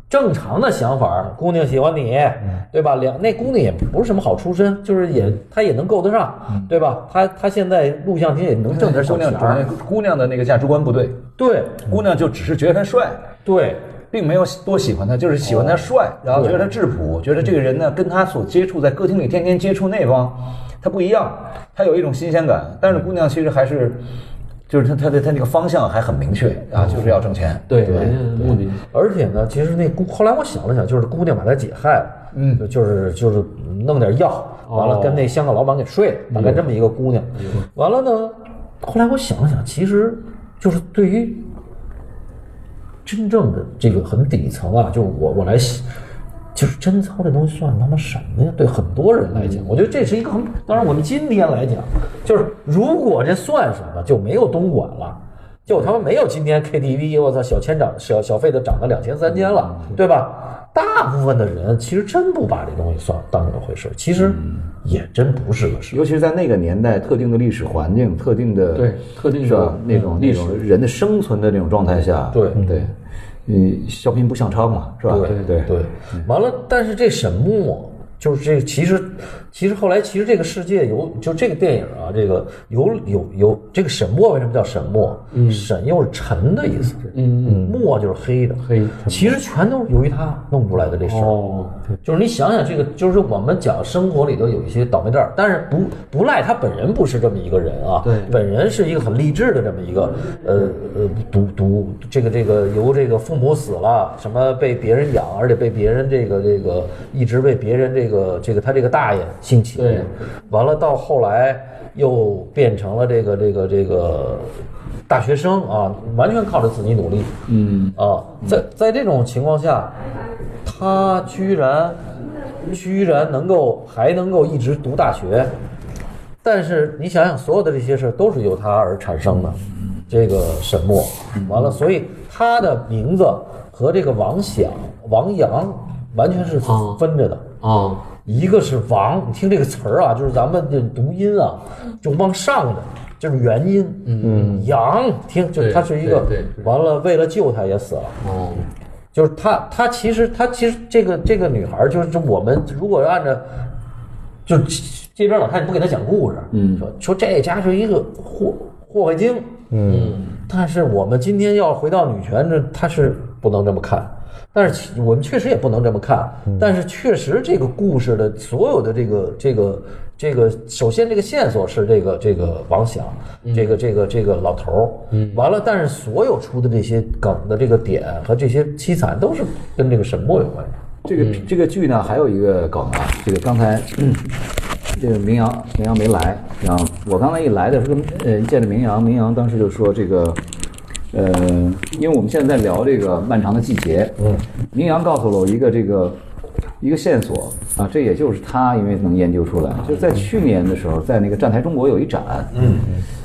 Speaker 1: 正常的想法儿，姑娘喜欢你，
Speaker 4: 嗯
Speaker 1: 对吧？两那姑娘也不是什么好出身，就是也她也能够得上，对吧？她她现在录像厅也能挣点
Speaker 4: 嗯姑
Speaker 1: 小钱
Speaker 4: 娘主要
Speaker 1: 儿，
Speaker 4: 姑娘的那个价值观不对，
Speaker 1: 对
Speaker 4: 姑娘就只是觉得他帅，
Speaker 1: 对，
Speaker 4: 并没有多喜欢他，就是喜欢他帅，然后觉得他质朴，觉得这个人呢跟他所接触在歌厅里天天接触那帮他不一样，他有一种新鲜感。但是姑娘其实还是，就是他他的他那个方向还很明确啊，就是要挣钱。
Speaker 2: 对，人家目的
Speaker 1: 而且呢，其实那姑后来我想了想，就是姑娘把她姐害了，嗯，就是就是弄点药，完了跟那香港老板给睡了，大概这么一个姑娘。完了呢，后来我想了想，其实就是对于真正的这个很底层啊，就是我我来洗。就是贞操这东西算他妈什么呀？对很多人来讲，我觉得这是一个很……当然，我们今天来讲，就是如果这算什么，就没有东莞了，就他妈没有今天 KTV，我操，小千涨小小费都涨到两千三千了，对吧？大部分的人其实真不把这东西算当一回事儿，其实也真不是个事儿。
Speaker 4: 尤其是在那个年代，特定的历史环境、特定的
Speaker 2: 对特定的
Speaker 4: 是吧？那种
Speaker 2: 历
Speaker 4: 那
Speaker 2: 史
Speaker 4: 种人的生存的那种状态下，
Speaker 1: 对
Speaker 4: 对，嗯，小贫不相娼嘛，是吧？
Speaker 1: 对
Speaker 4: 对
Speaker 1: 对，完了，但是这沈木就是这，其实其实后来其实这个世界有，就这个电影啊，这个有有有这个沈墨为什么叫沈墨？嗯，沈又是沉的意思，嗯嗯，墨就是黑的，
Speaker 2: 黑沉
Speaker 1: 其实全都是由于他弄出来的这事儿。
Speaker 2: 哦，
Speaker 1: 就是你想想这个，就是我们讲生活里头有一些倒霉蛋儿，但是不不赖他本人不是这么一个人啊，
Speaker 2: 对
Speaker 1: 本人是一个很励志的这么一个，呃呃，独独这个这个由这个父母死了，什么被别人养，而且被别人这个这个一直被别人这个这个他这个大爷性侵，
Speaker 2: 对，
Speaker 1: 完了到后来又变成了这个这个这个大学生啊，完全靠着自己努力，嗯啊，在在这种情况下，他居然居然能够还能够一直读大学，但是你想想，所有的这些事儿都是由他而产生的。这个沈墨，完了，所以他的名字和这个王想、王阳完全是分着的。
Speaker 2: 哦，
Speaker 1: 一个是王，你听这个词儿啊，就是咱们这读音啊，就往上的，就是元音。嗯，阳，听，就
Speaker 2: 对
Speaker 1: 他是一个
Speaker 2: 对对，对
Speaker 1: 完了为了救他也死了。
Speaker 2: 哦，
Speaker 1: 就是她，她其实她其实这个这个女孩儿，就是我们如果按照，就是这边老太太不给她讲故事，嗯，说说这家是一个祸祸害精，嗯，但是我们今天要回到女权这，她是不能这么看。但是其我们确实也不能这么看，
Speaker 7: 嗯
Speaker 1: 但是确实这个故事的所有的这个这个这个，首先这个线索是这个这个王想，
Speaker 7: 嗯
Speaker 1: 这个这个这个老头儿，完了，但是所有出的这些梗的这个点和这些凄惨都是跟这个沈墨有关系。
Speaker 4: 这个、这个剧呢，还有一个梗啊，这个刚才、嗯这个明阳明阳没来，然后我刚才一来的时候，呃，见着明阳，明阳当时就说这个，呃，因为我们现在在聊这个漫长的季节，嗯，明阳告诉了我一个这个一个线索啊，这也就是他因为能研究出来，就是在去年的时候，在那个站台中国有一展，嗯，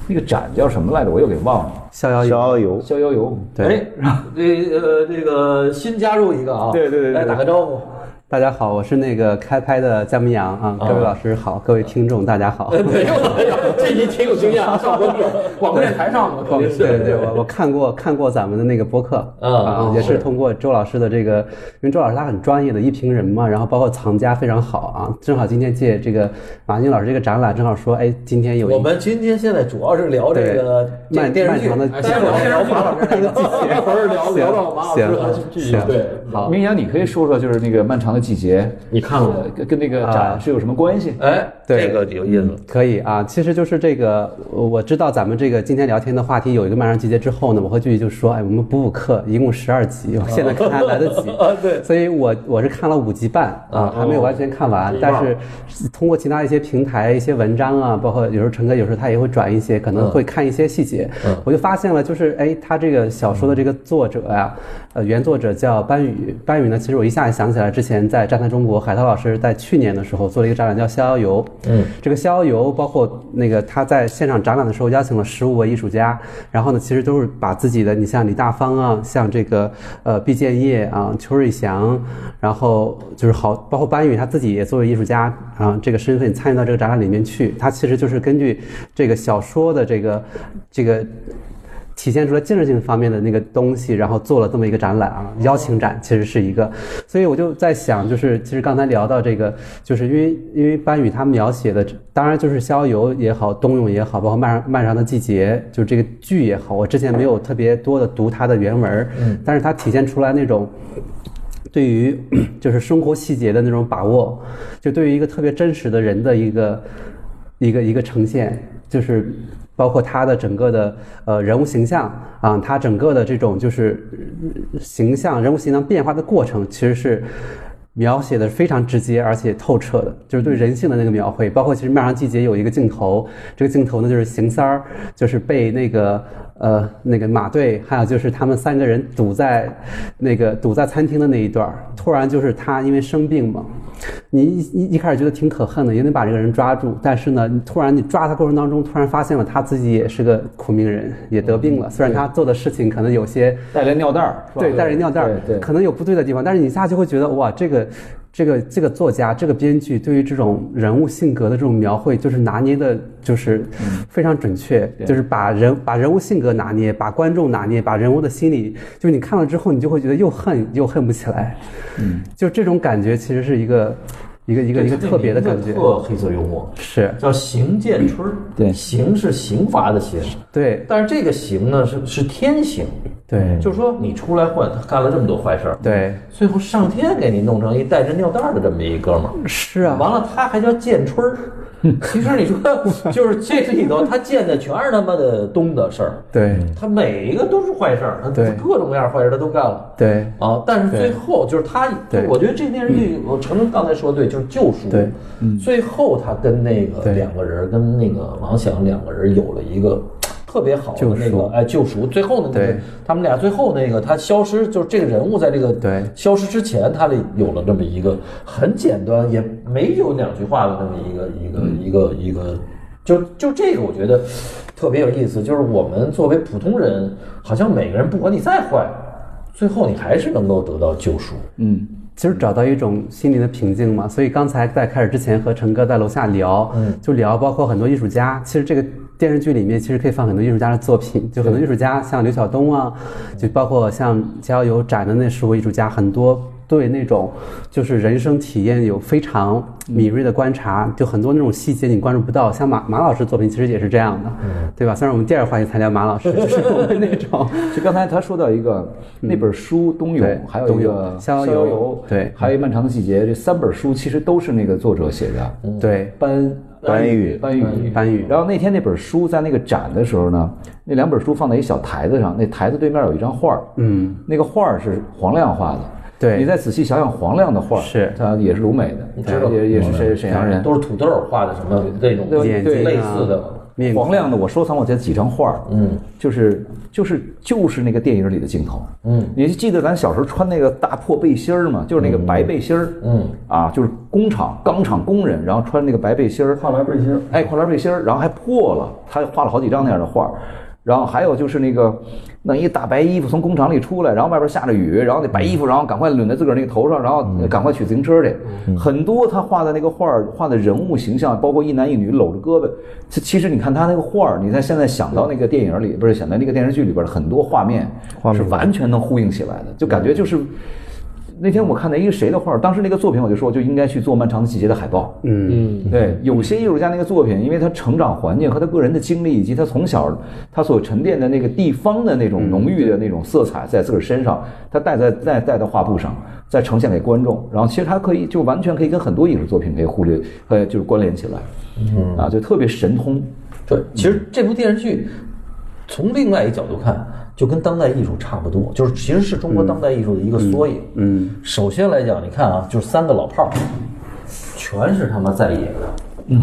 Speaker 4: 那个展叫什么来着？我又给忘了，
Speaker 5: 逍遥逍遥游，
Speaker 4: 逍遥游，
Speaker 1: 哎，这呃这个新加入一个啊，
Speaker 7: 对对对对
Speaker 1: 来打个招呼。
Speaker 7: 大家好，我是那个开拍的姜明阳啊，各位老师好，各位听众大家好。
Speaker 2: 哎没有没有， 这你挺有经验，啊上过广播电台上过，
Speaker 7: 对对对， 我我看过看过咱们的那个播客
Speaker 1: 嗯
Speaker 7: 啊
Speaker 1: 嗯，
Speaker 7: 也是通过周老师的这个，因为周老师他很专业的一评人嘛，然后包括藏家非常好啊，正好今天借这个马英老师这个展览，正好说，哎，今天有一
Speaker 1: 我们今天现在主要是聊这个这个
Speaker 7: 漫
Speaker 1: 电视剧，
Speaker 7: 漫长的
Speaker 1: 哎待会儿聊马老师这个。
Speaker 2: 一会儿聊聊到马老师和剧集，对，
Speaker 7: 好
Speaker 4: 明阳，你可以说说就是那个漫长的季节，
Speaker 2: 你看了吗？
Speaker 4: 呃跟跟那个展是有什么关系？
Speaker 1: 哎，
Speaker 7: 对
Speaker 1: 这个有意思。
Speaker 7: 嗯可以啊，其实就就是这个，呃我知道咱们这个今天聊天的话题有一个漫长集结之后呢，我和剧剧就说，哎，我们补补课，一共十二集，我现在看还来得及。对，所以我我是看了五集半啊，还没有完全看完，但是通过其他一些平台、一些文章啊，包括有时候陈哥有时候他也会转一些，可能会看一些细节，我就发现了，就是哎，他这个小说的这个作者呀、呃，原作者叫班宇，班宇呢，其实我一下子想起来之前在《站台中国》，海涛老师在去年的时候做了一个展览叫《逍遥游》，嗯，这个《逍遥游》包括那个他在现场展览的时候邀请了十五位艺术家，然后呢，其实都是把自己的，你像李大方啊，像这个呃毕建业啊，邱瑞祥，然后就是好，包括班宇他自己也作为艺术家啊，这个身份参与到这个展览里面去，他其实就是根据这个小说的这个这个。体现出了建设性方面的那个东西，然后做了这么一个展览啊，邀请展其实是一个，所以我就在想，就是其实刚才聊到这个，就是因为因为班宇他描写的，当然就是《逍遥游》也好，《冬泳》也好，包括《漫漫长的季节》，就是这个剧也好，我之前没有特别多的读它的原文，嗯，但是它体现出来那种。对于就是生活细节的那种把握，就对于一个特别真实的人的一个一个一个呈现，就是包括他的整个的呃人物形象啊，他整个的这种就是呃形象人物形象变化的过程，其实是。描写的非常直接而且透彻的，就是对人性的那个描绘，包括其实《漫长季节》有一个镜头，这个镜头呢就是邢三儿就是被那个呃那个马队，还有就是他们三个人堵在那个堵在餐厅的那一段儿，突然就是他因为生病嘛，你一一一开始觉得挺可恨的，也得把这个人抓住，但是呢，你突然你抓他过程当中，突然发现了他自己也是个苦命人，也得病了，虽然他做的事情可能有些。
Speaker 4: 带来尿袋儿，是吧
Speaker 7: 对，带着尿袋儿，
Speaker 2: 对对
Speaker 7: 可能有不对的地方，但是你一下就会觉得哇，这个。这个这个作家，这个编剧对于这种人物性格的这种描绘，就是拿捏的，就是非常准确，就是把人把人物性格拿捏，把观众拿捏，把人物的心理，就是你看了之后，你就会觉得又恨又恨不起来，嗯，就这种感觉其实是一个一个一个一个特别的感觉，
Speaker 1: 特黑色幽默，
Speaker 7: 是
Speaker 1: 叫邢建春。
Speaker 4: 对
Speaker 1: 邢是刑罚的刑，
Speaker 7: 对
Speaker 1: 但是这个刑呢是是天刑，
Speaker 7: 对
Speaker 1: 就是说你出来混，他干了这么多坏事儿，
Speaker 7: 对，
Speaker 1: 最后上天给你弄成一带着尿袋儿的这么一哥们儿，
Speaker 7: 是啊，
Speaker 1: 完了他还叫建春 儿。其实你说，就是这里头他建的全是他妈的东的事儿，
Speaker 7: 对
Speaker 1: 他每一个都是坏事儿，他
Speaker 7: 对
Speaker 1: 各种各样的坏事儿他都干了。
Speaker 7: 对
Speaker 1: 啊，但是最后就是他，
Speaker 7: 对嗯
Speaker 1: 我觉得这电视剧，我承认刚才说的对，就是救赎。
Speaker 7: 对，嗯
Speaker 1: 最后他跟那个
Speaker 7: 对
Speaker 1: 两个人，跟那个王响两个人有了一个特别好的
Speaker 7: 救
Speaker 1: 那个
Speaker 7: 赎
Speaker 1: 哎救赎。最后呢，那个
Speaker 7: 对
Speaker 1: 他们俩最后那个他消失，就是这个人物在这个
Speaker 7: 对
Speaker 1: 消失之前，他里有了这么一个很简单，也没有两句话的那么一个一个、
Speaker 4: 嗯
Speaker 1: 一个一个，就就这个我觉得特别有意思。就是我们作为普通人，好像每个人不管你再坏，最后你还是能够得到救赎。
Speaker 4: 嗯，
Speaker 7: 其实找到一种心灵的平静嘛。所以刚才在开始之前和陈哥在楼下聊，
Speaker 4: 嗯
Speaker 7: 就聊包括很多艺术家，其实这个。电视剧里面其实可以放很多艺术家的作品，就很多艺术家像刘晓东啊，就包括像逍遥游展的那十位艺术家，很多对那种就是人生体验有非常敏锐的观察，就很多那种细节你关注不到。像马马老师作品其实也是这样的，
Speaker 4: 嗯
Speaker 7: 对吧？虽然我们第二话题才聊马老师， 就是我们那种
Speaker 4: 就刚才他说到一个那本书嗯《冬泳
Speaker 7: 对》，
Speaker 4: 还有一
Speaker 7: 冬
Speaker 4: 个
Speaker 7: 泳逍遥游对
Speaker 4: 还有一《漫长的季节》，这三本书其实都是那个作者写的。
Speaker 7: 对
Speaker 4: 班
Speaker 5: 班宇
Speaker 4: 班宇，
Speaker 7: 班嗯宇
Speaker 4: 然后那天那本书在那个展的时候呢，那两本书放在一小台子上，那台子对面有一张画儿，
Speaker 7: 嗯，
Speaker 4: 那个画儿是黄亮画的。
Speaker 7: 对
Speaker 4: 你再仔细想想，黄亮的画儿
Speaker 7: 是
Speaker 4: 他也是鲁美的，
Speaker 1: 知道嗯
Speaker 4: 也也是沈沈阳人，
Speaker 1: 都是土豆儿画的什么这种
Speaker 4: 对
Speaker 7: 眼
Speaker 4: 对
Speaker 7: 睛
Speaker 1: 类
Speaker 7: 啊
Speaker 1: 似的。
Speaker 7: 面孔
Speaker 4: 黄亮的，我收藏我家几张画儿，嗯，就是就是就是那个电影里的镜头，嗯，你记得咱小时候穿那个大破背心儿吗？就是那个白背心儿，嗯，啊，就是工厂钢厂工人，然后穿那个白背心儿，
Speaker 6: 跨栏背心儿，
Speaker 4: 哎，跨栏背心儿，然后还破了，他画了好几张那样的画儿。然后还有就是那个，弄一大白衣服从工厂里出来，然后外边下着雨，然后那白衣服，然后赶快抡在自个儿那个头上，然后赶快取自行车去。很多他画的那个画儿，画的人物形象，包括一男一女搂着胳膊。其其实你看他那个画儿，你在现在想到那个电影里，不是想到那个电视剧里边的很多画面，嗯是完全能呼应起来的，就感觉就是。那天我看到一个谁的画儿，当时那个作品我就说就应该去做《漫长的季节》的海报。
Speaker 7: 嗯
Speaker 4: 对，有些艺术家那个作品，因为他成长环境和他个人的经历，以及他从小他所沉淀的那个地方的那种浓郁的那种色彩，在自个儿身上，他带在带带到画布上，再呈现给观众。然后其实他可以就完全可以跟很多影视作品可以忽略，呃，就是关联起来，啊，就特别神通。
Speaker 1: 对，其实这部电视剧从另外一角度看，就跟当代艺术差不多，就是其实是中国当代艺术的一个缩影。
Speaker 7: 嗯，
Speaker 1: 首先来讲，你看啊，就是三个老炮儿，全是他妈在野的。嗯，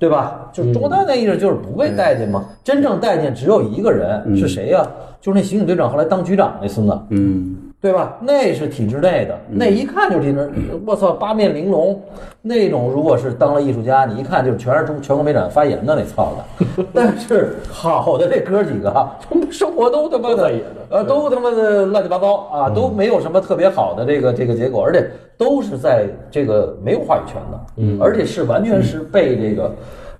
Speaker 1: 对吧？就是中国当代艺术就是不
Speaker 7: 嗯
Speaker 1: 被待见嘛，真正待见只有一个人，是谁呀？就是那刑警队长后来当局长那孙子。
Speaker 7: 嗯，
Speaker 1: 对吧？那是体制内的，那一看就是体制。我操，八面玲珑那种，如果是当了艺术家，你一看就全是中全国美展发言的那操 的。但是好的这哥几个啊，生活都他妈的，呃，都他妈的乱七八糟啊，都没有什么特别好的这个这个结果，而且都是在这个没有话语权的，嗯，而且是完全是被这个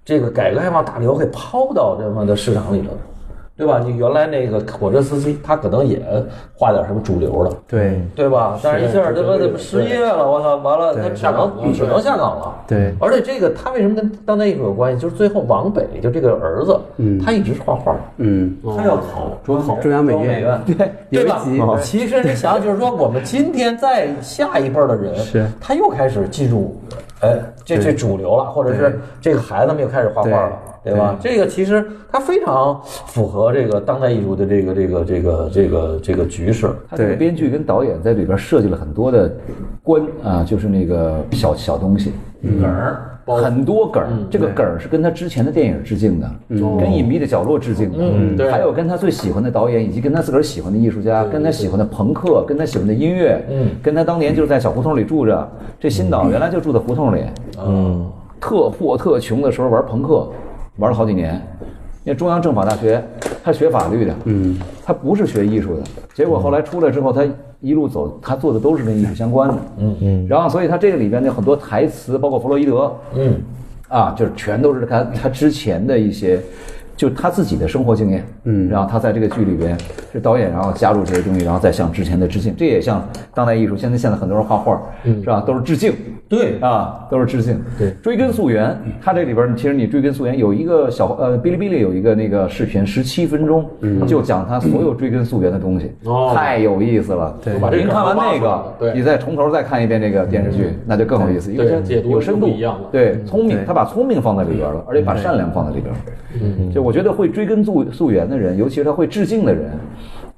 Speaker 1: 这个改革开放大流给抛到这么的市场里头的。对吧？你原来那个火车司机，他可能也画点什么主流的，
Speaker 7: 对
Speaker 1: 对吧？但嗯是一下他妈怎么失业了？我操，完了，他
Speaker 7: 对
Speaker 1: 只能只能下岗了。
Speaker 7: 对
Speaker 1: 而且这个他为什么跟当代艺术有关系？就是最后王北就这个儿子，他一直是画画，
Speaker 7: 嗯，
Speaker 1: 他要考中考
Speaker 7: 中央美院
Speaker 1: 院，对
Speaker 7: 有
Speaker 1: 对
Speaker 7: 一
Speaker 1: 吧
Speaker 7: 集？
Speaker 1: 其实你想，就是说我们今天在下一辈儿的人，
Speaker 7: 是
Speaker 1: 他又开始进入，哎，这这主流了，或者是这个孩子们又开始画画了。对吧？这个其实它非常符合这个当代艺术的这个这个这个这个这个局势。
Speaker 4: 他这个
Speaker 7: 对
Speaker 4: 编剧跟导演在里边设计了很多的关啊，就是那个小小东西梗儿，很多梗儿。这个梗儿是跟他之前的电影致敬的，跟《隐秘的角落》致敬的，
Speaker 1: 对
Speaker 4: 还有跟他最喜欢的导演，以及跟他自个儿喜欢的艺术家，跟他喜欢的朋克，跟他喜欢的音乐，跟他当年就是在小胡同里住着，这新导原来就住在胡同里，嗯，特破特穷的时候玩朋克，玩了好几年。那中央政法大学，他学法律的，嗯，他不是学艺术的。结果后来出来之后，他一路走，他做的都是跟艺术相关的，嗯嗯。然后，所以他这个里边的很多台词，包括弗洛伊德，嗯，啊，就是全都是他他之前的一些，就是他自己的生活经验，嗯。然后他在这个剧里边是导演，然后加入这些东西，然后再向之前的致敬。这也像当代艺术，现在现在很多人画画，嗯，是吧？都是致敬，
Speaker 1: 对
Speaker 4: 啊，都是致敬。对，追根溯源，它这里边儿其实你追根溯源有一个小呃，哔哩哔哩有一个那个视频，十七分钟，就讲它所有追根溯源的东西，太有意思了。嗯哦对，您看完那个，
Speaker 2: 对
Speaker 4: 你再从头再看一遍这个电视剧，那就更有意思，因为
Speaker 2: 对
Speaker 4: 它
Speaker 2: 解读
Speaker 4: 有深度
Speaker 2: 就不一样了嗯
Speaker 4: 对，聪明，他把聪明放在里边儿了，而且把善良放在里边儿。嗯，就我觉得会追根溯溯源的人，尤其是他会致敬的人。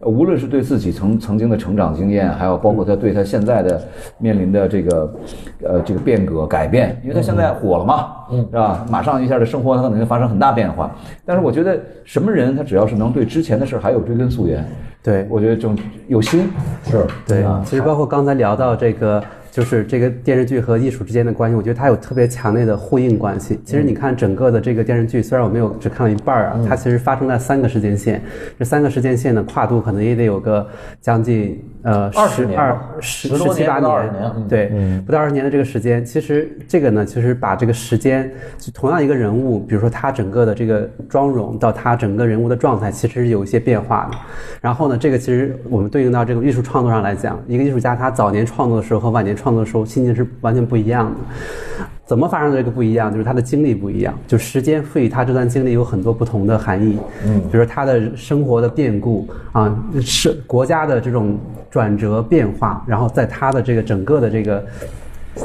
Speaker 4: 呃无论是对自己曾曾经的成长经验，还有包括他对他现在的面临的这个，呃，这个变革改变，因为他现在火了嘛，嗯，是吧？马上一下的生活，他可能就发生很大变化。但是我觉得什么人，他只要是能对之前的事儿还有追根溯源，
Speaker 7: 对
Speaker 4: 我觉得这种有心是
Speaker 7: 对
Speaker 4: 啊，
Speaker 7: 其实包括刚才聊到这个，就是这个电视剧和艺术之间的关系，我觉得它有特别强烈的呼应关系。其实你看整个的这个电视剧，虽然我没有只看了一半儿啊，它其实发生在三个时间线，这三个时间线的跨度可能也得有个将近呃
Speaker 1: 20年
Speaker 7: 二
Speaker 1: 吧
Speaker 7: 十
Speaker 1: 10多
Speaker 7: 十七
Speaker 1: 年
Speaker 7: 八
Speaker 1: 不到20年嗯
Speaker 7: 对，不到二十年的这个时间，其实这个呢，其实把这个时间，就同样一个人物，比如说他整个的这个妆容到他整个人物的状态，其实是有一些变化的。然后呢，这个其实我们对应到这个艺术创作上来讲，一个艺术家他早年创作的时候和晚年创作的时候心境是完全不一样的。怎么发生的这个不一样，就是他的经历不一样，就时间赋予他这段经历有很多不同的含义。嗯，比如说他的生活的变故啊，是国家的这种转折变化，然后在他的这个整个的这个，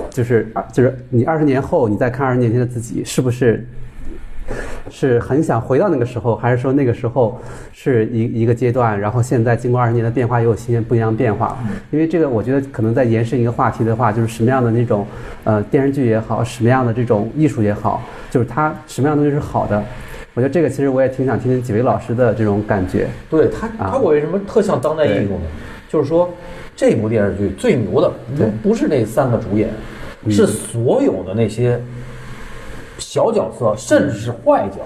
Speaker 7: 就是二就是你二十年后你再看二十年前的自己，是不是是很想回到那个时候，还是说那个时候是一一个阶段，然后现在经过二十年的变化，又有新的不一样的变化？因为这个，我觉得可能在延伸一个话题的话，就是什么样的那种呃电视剧也好，什么样的这种艺术也好，就是它什么样的东西是好的。我觉得这个其实我也挺想听听几位老师的这种感觉。
Speaker 1: 对他，他我为什么特像当代艺术呢？就是说，这部电视剧最牛的不不是那三个主演，是所有的那些小角色，甚至是坏角。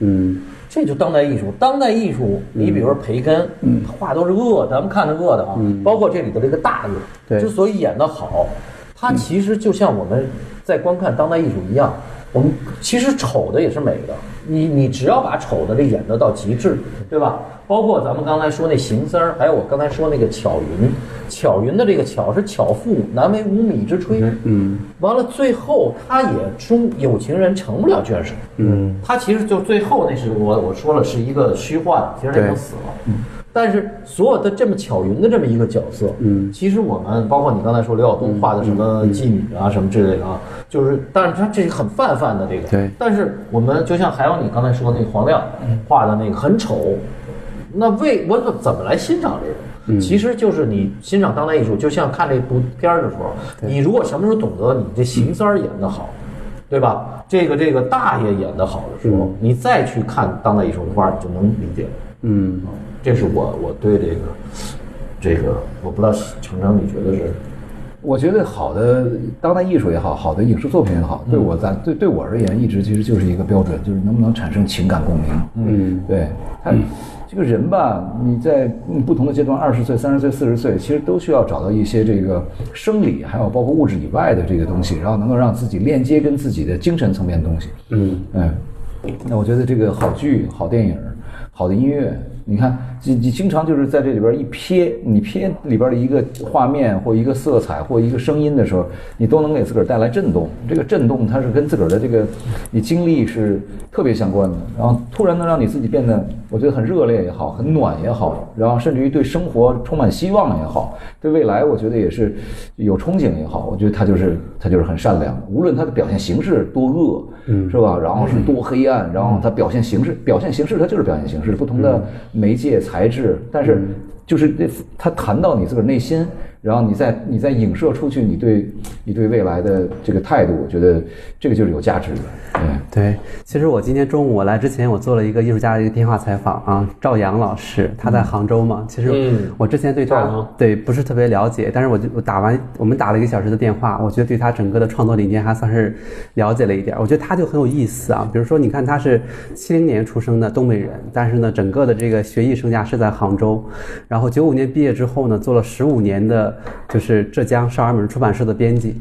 Speaker 7: 嗯，
Speaker 1: 这就当代艺术。当代艺术，你比如说培根，嗯，画都是恶的，咱们看着恶的啊，包括这里的这个大恶，
Speaker 7: 对
Speaker 1: 之所以演得好，它其实就像我们在观看当代艺术一样，我们其实丑的也是美的。你你只要把丑的这演得到极致，对吧？包括咱们刚才说那邢三儿，还有我刚才说那个巧云，巧云的这个巧是巧妇难为无米之炊，嗯，完了最后他也终有情人成不了眷属，嗯，他其实就最后那是我我说了是一个虚幻，其实那
Speaker 7: 对
Speaker 1: 就死了，但是所有的这么巧云的这么一个角色，嗯，其实我们包括你刚才说刘晓东画的什么妓女啊、什么之类的啊，就是，但是他这是很泛泛的这个，
Speaker 7: 对
Speaker 1: 但是我们就像还有你刚才说的那个黄亮画的那个很丑，那为我怎怎么来欣赏这个？其实就是你欣赏当代艺术，就像看这部片儿的时候，你如果什么时候懂得你这邢三儿演得好，对吧？这个这个大爷演得好的时候，你再去看当代艺术的话，你就能理解了。
Speaker 7: 嗯，
Speaker 1: 这是我我对这个这个，我不知道程程你觉得是
Speaker 4: 我觉得好的当代艺术也好，好的影视作品也好，对我咱对对我而言，一直其实就是一个标准，就是能不能产生情感共鸣。嗯，对他这个人吧，你在嗯不同的阶段，二十岁、三十岁、四十岁，其实都需要找到一些这个生理，还有包括物质以外的这个东西，然后能够让自己链接跟自己的精神层面的东西。嗯，嗯，那我觉得这个好剧、好电影、好的音乐，你看，你你经常就是在这里边一瞥，你瞥里边的一个画面或一个色彩或一个声音的时候，你都能给自个儿带来震动。这个震动它是跟自个儿的这个你经历是特别相关的，然后突然能让你自己变得，我觉得很热烈也好，很暖也好，然后甚至于对生活充满希望也好，对未来我觉得也是有憧憬也好，我觉得他就是他就是很善良的，无论他的表现形式多恶，嗯，是吧？然后是多黑暗，然后他表现形式，表现形式它就是表现形式，不同的媒介材质，但是就是这他谈到你自个儿内心，然后你再你再影射出去，你对你对未来的这个态度，我觉得这个就是有价值的，对。
Speaker 7: 对，其实我今天中午我来之前，我做了一个艺术家的一个电话采访啊，赵阳老师，他在杭州嘛。其
Speaker 2: 嗯
Speaker 7: 实我之前对他、对不是特别了解，但是我就我打完我们打了一个小时的电话，我觉得对他整个的创作理念还算是了解了一点。我觉得他就很有意思啊，比如说你看他是七零年出生的东北人，但是呢，整个的这个学艺生涯是在杭州，然后九五年毕业之后呢，做了十五年的就是浙江少儿美术出版社的编辑。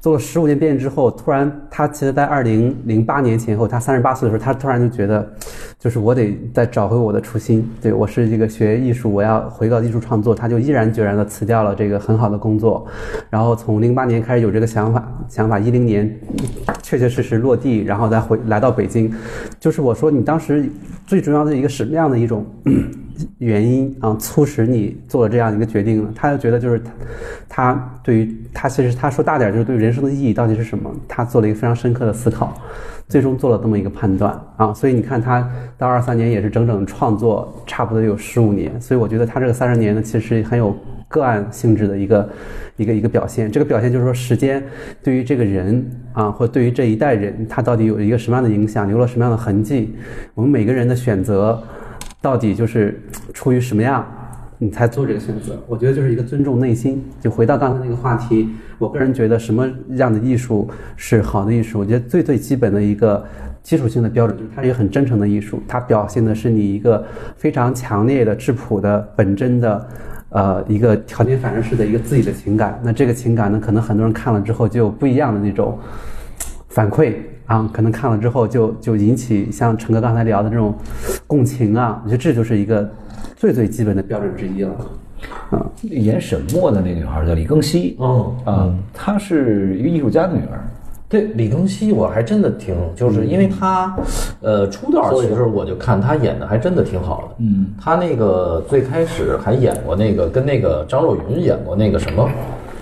Speaker 7: 做了十五年编辑之后，突然他其实，在二零零八年前后，他三十八岁的时候，他突然就觉得，就是我得再找回我的初心。对我是这个学艺术，我要回到艺术创作，他就毅然决然地辞掉了这个很好的工作，然后从零八年开始有这个想法，想法一零年确确实实落地，然后再回来到北京。就是我说，你当时最重要的一个什么样的一种？ 原因啊，促使你做了这样一个决定呢？他就觉得就是他，他对于他其实他说大点儿就是对人生的意义到底是什么，他做了一个非常深刻的思考，最终做了这么一个判断啊。所以你看他到二三年也是整整创作差不多有十五年，所以我觉得他这个三十年呢，其实很有个案性质的一个一个一个表现。这个表现就是说，时间对于这个人啊，或对于这一代人，他到底有一个什么样的影响，留了什么样的痕迹？我们每个人的选择。到底就是出于什么样，你才做这个选择？我觉得就是一个尊重内心。就回到刚才那个话题，我个人觉得什么样的艺术是好的艺术？我觉得最最基本的一个基础性的标准就是它是一个很真诚的艺术，它表现的是你一个非常强烈的、质朴的、本真的。呃，一个条件反射式的一个自己的情感，那这个情感呢，可能很多人看了之后就有不一样的那种反馈啊，可能看了之后就就引起像陈哥刚才聊的这种共情啊，我觉得这就是一个最最基本的标准之一了。
Speaker 4: 演沈墨的那女孩叫李庚希，
Speaker 1: 嗯
Speaker 4: 啊，她是一个艺术家的女儿，
Speaker 1: 对李庚希，我还真的挺，就是因为他，呃，出道其实我就看他演的还真的挺好的。嗯，他那个最开始还演过那个跟那个张若昀演过那个什么，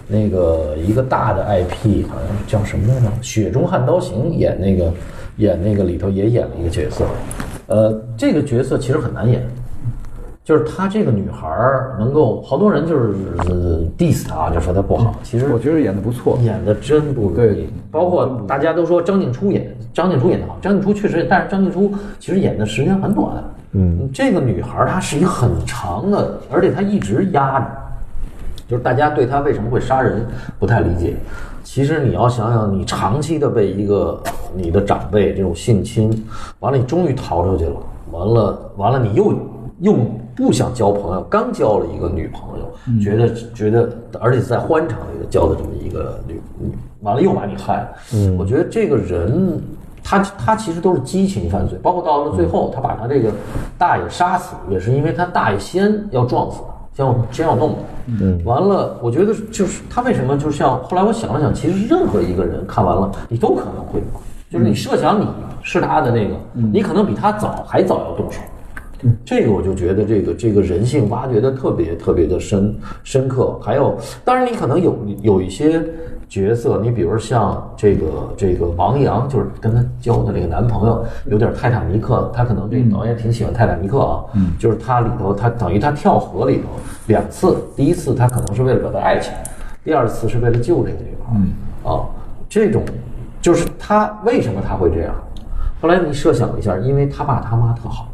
Speaker 1: 那个一个大的 IP 好像叫什么来着，《雪中悍刀行》演那个演那个里头也演了一个角色，呃，这个角色其实很难演。就是她这个女孩儿能够，好多人就是呃 diss 她，就说她不好。其实
Speaker 4: 我觉得演的不错。
Speaker 1: 演的真不容易
Speaker 4: 对。
Speaker 1: 包括大家都说张静初演，张静初演的好，张静初确实，但是张静初其实演的时间很短。嗯，这个女孩儿她是一个很长的，而且她一直压着，就是大家对她为什么会杀人不太理解。其实你要想想，你长期的被一个呃你的长辈这种性侵，完了你终于逃出去了，完了完了你又又不想交朋友，刚交了一个女朋友，觉得觉得，而且在欢场里交的这么一个女，女完了又把你害了。嗯，我觉得这个人，他他其实都是激情犯罪，包括到了最后，他把他这个大爷杀死，也是因为他大爷先要撞死的。先要先要弄的，嗯，完了，我觉得就是他为什么就是像后来我想了想，其实任何一个人看完了，你都可能会，就是你设想你是他的那个，你可能比他早还早要动手，这个我就觉得这个这个人性挖掘的特别特别的深深刻。还有，当然你可能有有一些角色，你比如像这个这个王阳，就是跟他交的这个男朋友，有点泰坦尼克，他可能对导演挺喜欢泰坦尼克啊，嗯，就是他里头他等于他跳河里头两次，第一次他可能是为了表达爱情，第二次是为了救这个女孩，嗯，啊，这种就是他为什么他会这样？后来你设想一下，因为他爸他妈特好。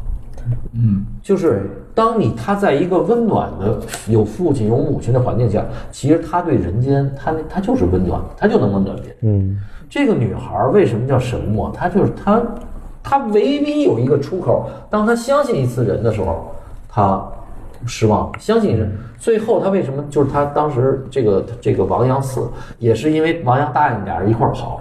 Speaker 1: 就是当你他在一个温暖的有父亲有母亲的环境下，其实他对人间，他那他就是温暖，他就能温暖别人。嗯，这个女孩为什么叫神魔？她就是她，她唯一有一个出口。当她相信一次人的时候，她失望，相信人。最后她为什么就是她当时这个这个王阳死，也是因为王阳答应俩人一块儿跑。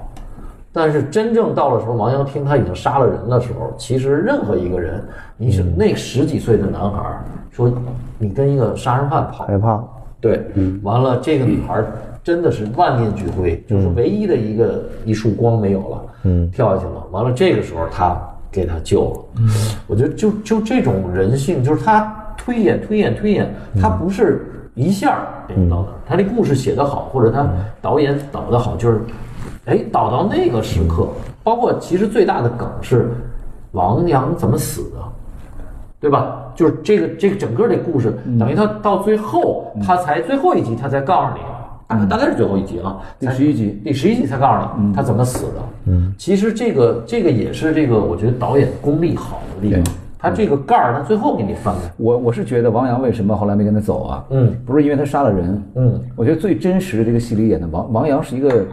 Speaker 1: 但是真正到了时候，王阳听他已经杀了人的时候，其实任何一个人，你是那十几岁的男孩儿，说你跟一个杀人犯跑，
Speaker 5: 害怕，
Speaker 1: 对，完了这个女孩儿真的是万念俱灰，就是唯一的一个一束光没有了，嗯，跳下去了。完了这个时候他给他救了，嗯，我觉得就就这种人性，就是他推演推演推演，他不是一下儿给你到那儿，他这故事写得好，或者他导演导得好，就是。哎，导到那个时刻，包括其实最大的梗是王阳怎么死的，对吧？就是这个这个整个这故事，
Speaker 4: 嗯
Speaker 1: 等于他到最后，他才最后一集，他才告诉你，啊大概是最后一集啊，
Speaker 4: 嗯第
Speaker 1: 才
Speaker 4: 十一集
Speaker 1: 第十一集才告诉你他怎么死的。嗯，其实这个这个也是这个，我觉得导演功力好的地方，他这个盖儿，他最后给你翻开。
Speaker 4: 我我是觉得王阳为什么后来没跟他走啊？
Speaker 1: 嗯，
Speaker 4: 不是因为他杀了人。
Speaker 1: 嗯，
Speaker 4: 我觉得最真实的这个戏里演的王王阳是一个，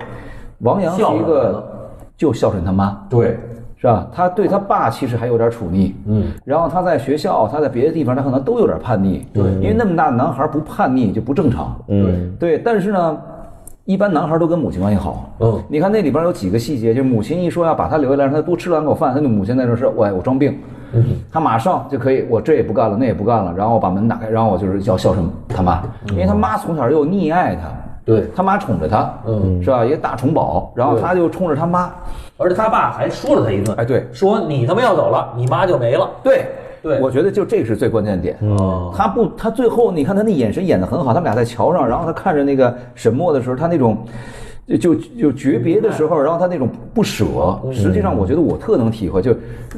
Speaker 4: 王阳是
Speaker 1: 孝
Speaker 4: 一
Speaker 1: 顺
Speaker 4: 个就孝顺他妈，
Speaker 1: 对，
Speaker 4: 是吧？他对他爸其实还有点处逆。嗯，然后他在学校，他在别的地方，他可能都有点叛逆。对，因为那么大的男孩不叛逆就不正常。嗯，对，但是呢。一般男孩都跟母亲关系好，
Speaker 1: 嗯
Speaker 4: 你看那里边有几个细节，就是母亲一说要把他留下来，让他多吃两口饭，他就母亲在那说：“喂，我装病。”他马上就可以，我这也不干了，那也不干了，然后我把门打开，然后我就是要孝顺他妈，因为他妈从小又溺爱他，
Speaker 1: 对
Speaker 4: 他妈宠着他，嗯，是吧？一个大宠宝，然后他就冲着他妈，
Speaker 1: 而且他爸还说了他一顿，
Speaker 4: 哎对
Speaker 1: 说你他妈要走了，你妈就没了。
Speaker 4: 对
Speaker 1: 对
Speaker 4: 我觉得就这是最关键的点。
Speaker 1: 哦
Speaker 4: 他不，他最后你看他那眼神演得很好，他们俩在桥上，然后他看着那个沈墨的时候，他那种。就就就诀别的时候，然后他那种不舍，实际上我觉得我特能体会，就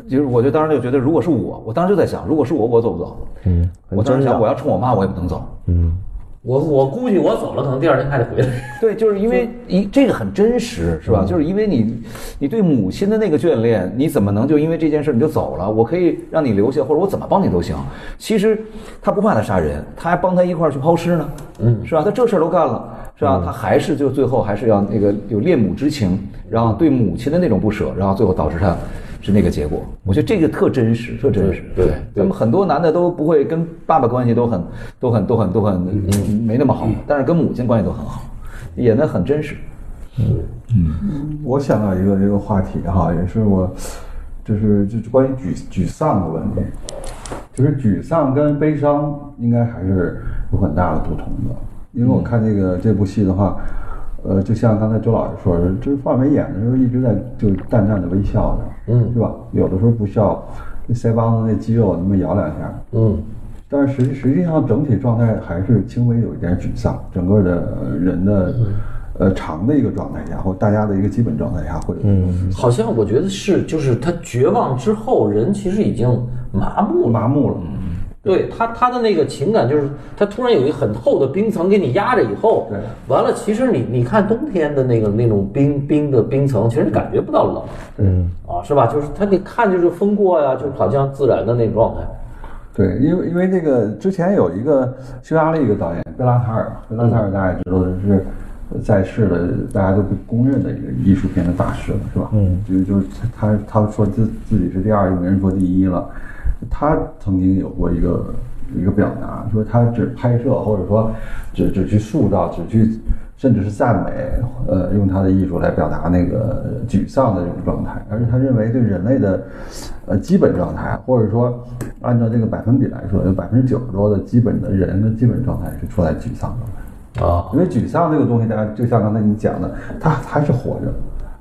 Speaker 4: 就是我就当时就觉得，如果是我，我当时就在想，如果是我，我走不走？嗯，我当时想，我要冲我妈，我也不能走。
Speaker 1: 我我估计我走了，可能第二天还得回来。
Speaker 4: 对，就是因为一这个很真实，是吧？就是因为你，你对母亲的那个眷恋，你怎么能就因为这件事你就走了？我可以让你留下，或者我怎么帮你都行。其实他不怕他杀人，他还帮他一块儿去抛尸呢，嗯，是吧？他这事儿都干了，是
Speaker 1: 嗯
Speaker 4: 吧？他还是就最后还是要那个有恋母之情，然后对母亲的那种不舍，然后最后导致他。是那个结果，我觉得这个特真实，特真实。
Speaker 1: 对对
Speaker 4: 咱们很多男的都不会跟爸爸关系都很、都很、都很、都很没那么
Speaker 1: 嗯
Speaker 4: 好，但是跟母亲关系都很好，演得很真实。
Speaker 3: 我想到一个这个话题哈，也是我，就是就是关于沮沮丧的问题，就是沮丧跟悲伤应该还是有很大的不同的。因为我看这个这部戏的话，呃，就像刚才周老师说的，就是范伟演的时候一直在就是淡淡的微笑着，嗯，是吧？有的时候不笑，那腮帮子那肌肉那么摇两下，
Speaker 1: 嗯，
Speaker 3: 但是实际实际上整体状态还是轻微有一点沮丧，整个的呃人的呃长的一个状态下，或大家的一个基本状态下会有这种
Speaker 1: 好像我觉得是，就是他绝望之后，人其实已经麻木了。
Speaker 3: 麻木了。
Speaker 1: 对他，他的那个情感就是，他突然有一个很厚的冰层给你压着以后，
Speaker 3: 对
Speaker 1: 完了，其实你你看冬天的那个那种冰冰的冰层，其实你感觉不到冷，嗯，啊，是吧？就是他你看就是风过呀，就是好像自然的那种状态，
Speaker 3: 对，因为因为那个之前有一个匈牙利一个导演贝拉塔尔，贝拉塔尔大家也知道是在世的大家都公认的一个艺术片的大师了，是吧？嗯，就就是他他说自自己是第二，就没人说第一了。他曾经有过一个一个表达，说他只拍摄或者说只只去塑造，只去甚至是赞美，呃，用他的艺术来表达那个沮丧的这种状态，而且他认为对人类的呃基本状态，或者说按照这个百分比来说，有百分之九十多的基本的人的基本状态是处在沮丧状态。
Speaker 1: 啊，
Speaker 3: 因为沮丧这个东西，大家就像刚才你讲的，他还是活着，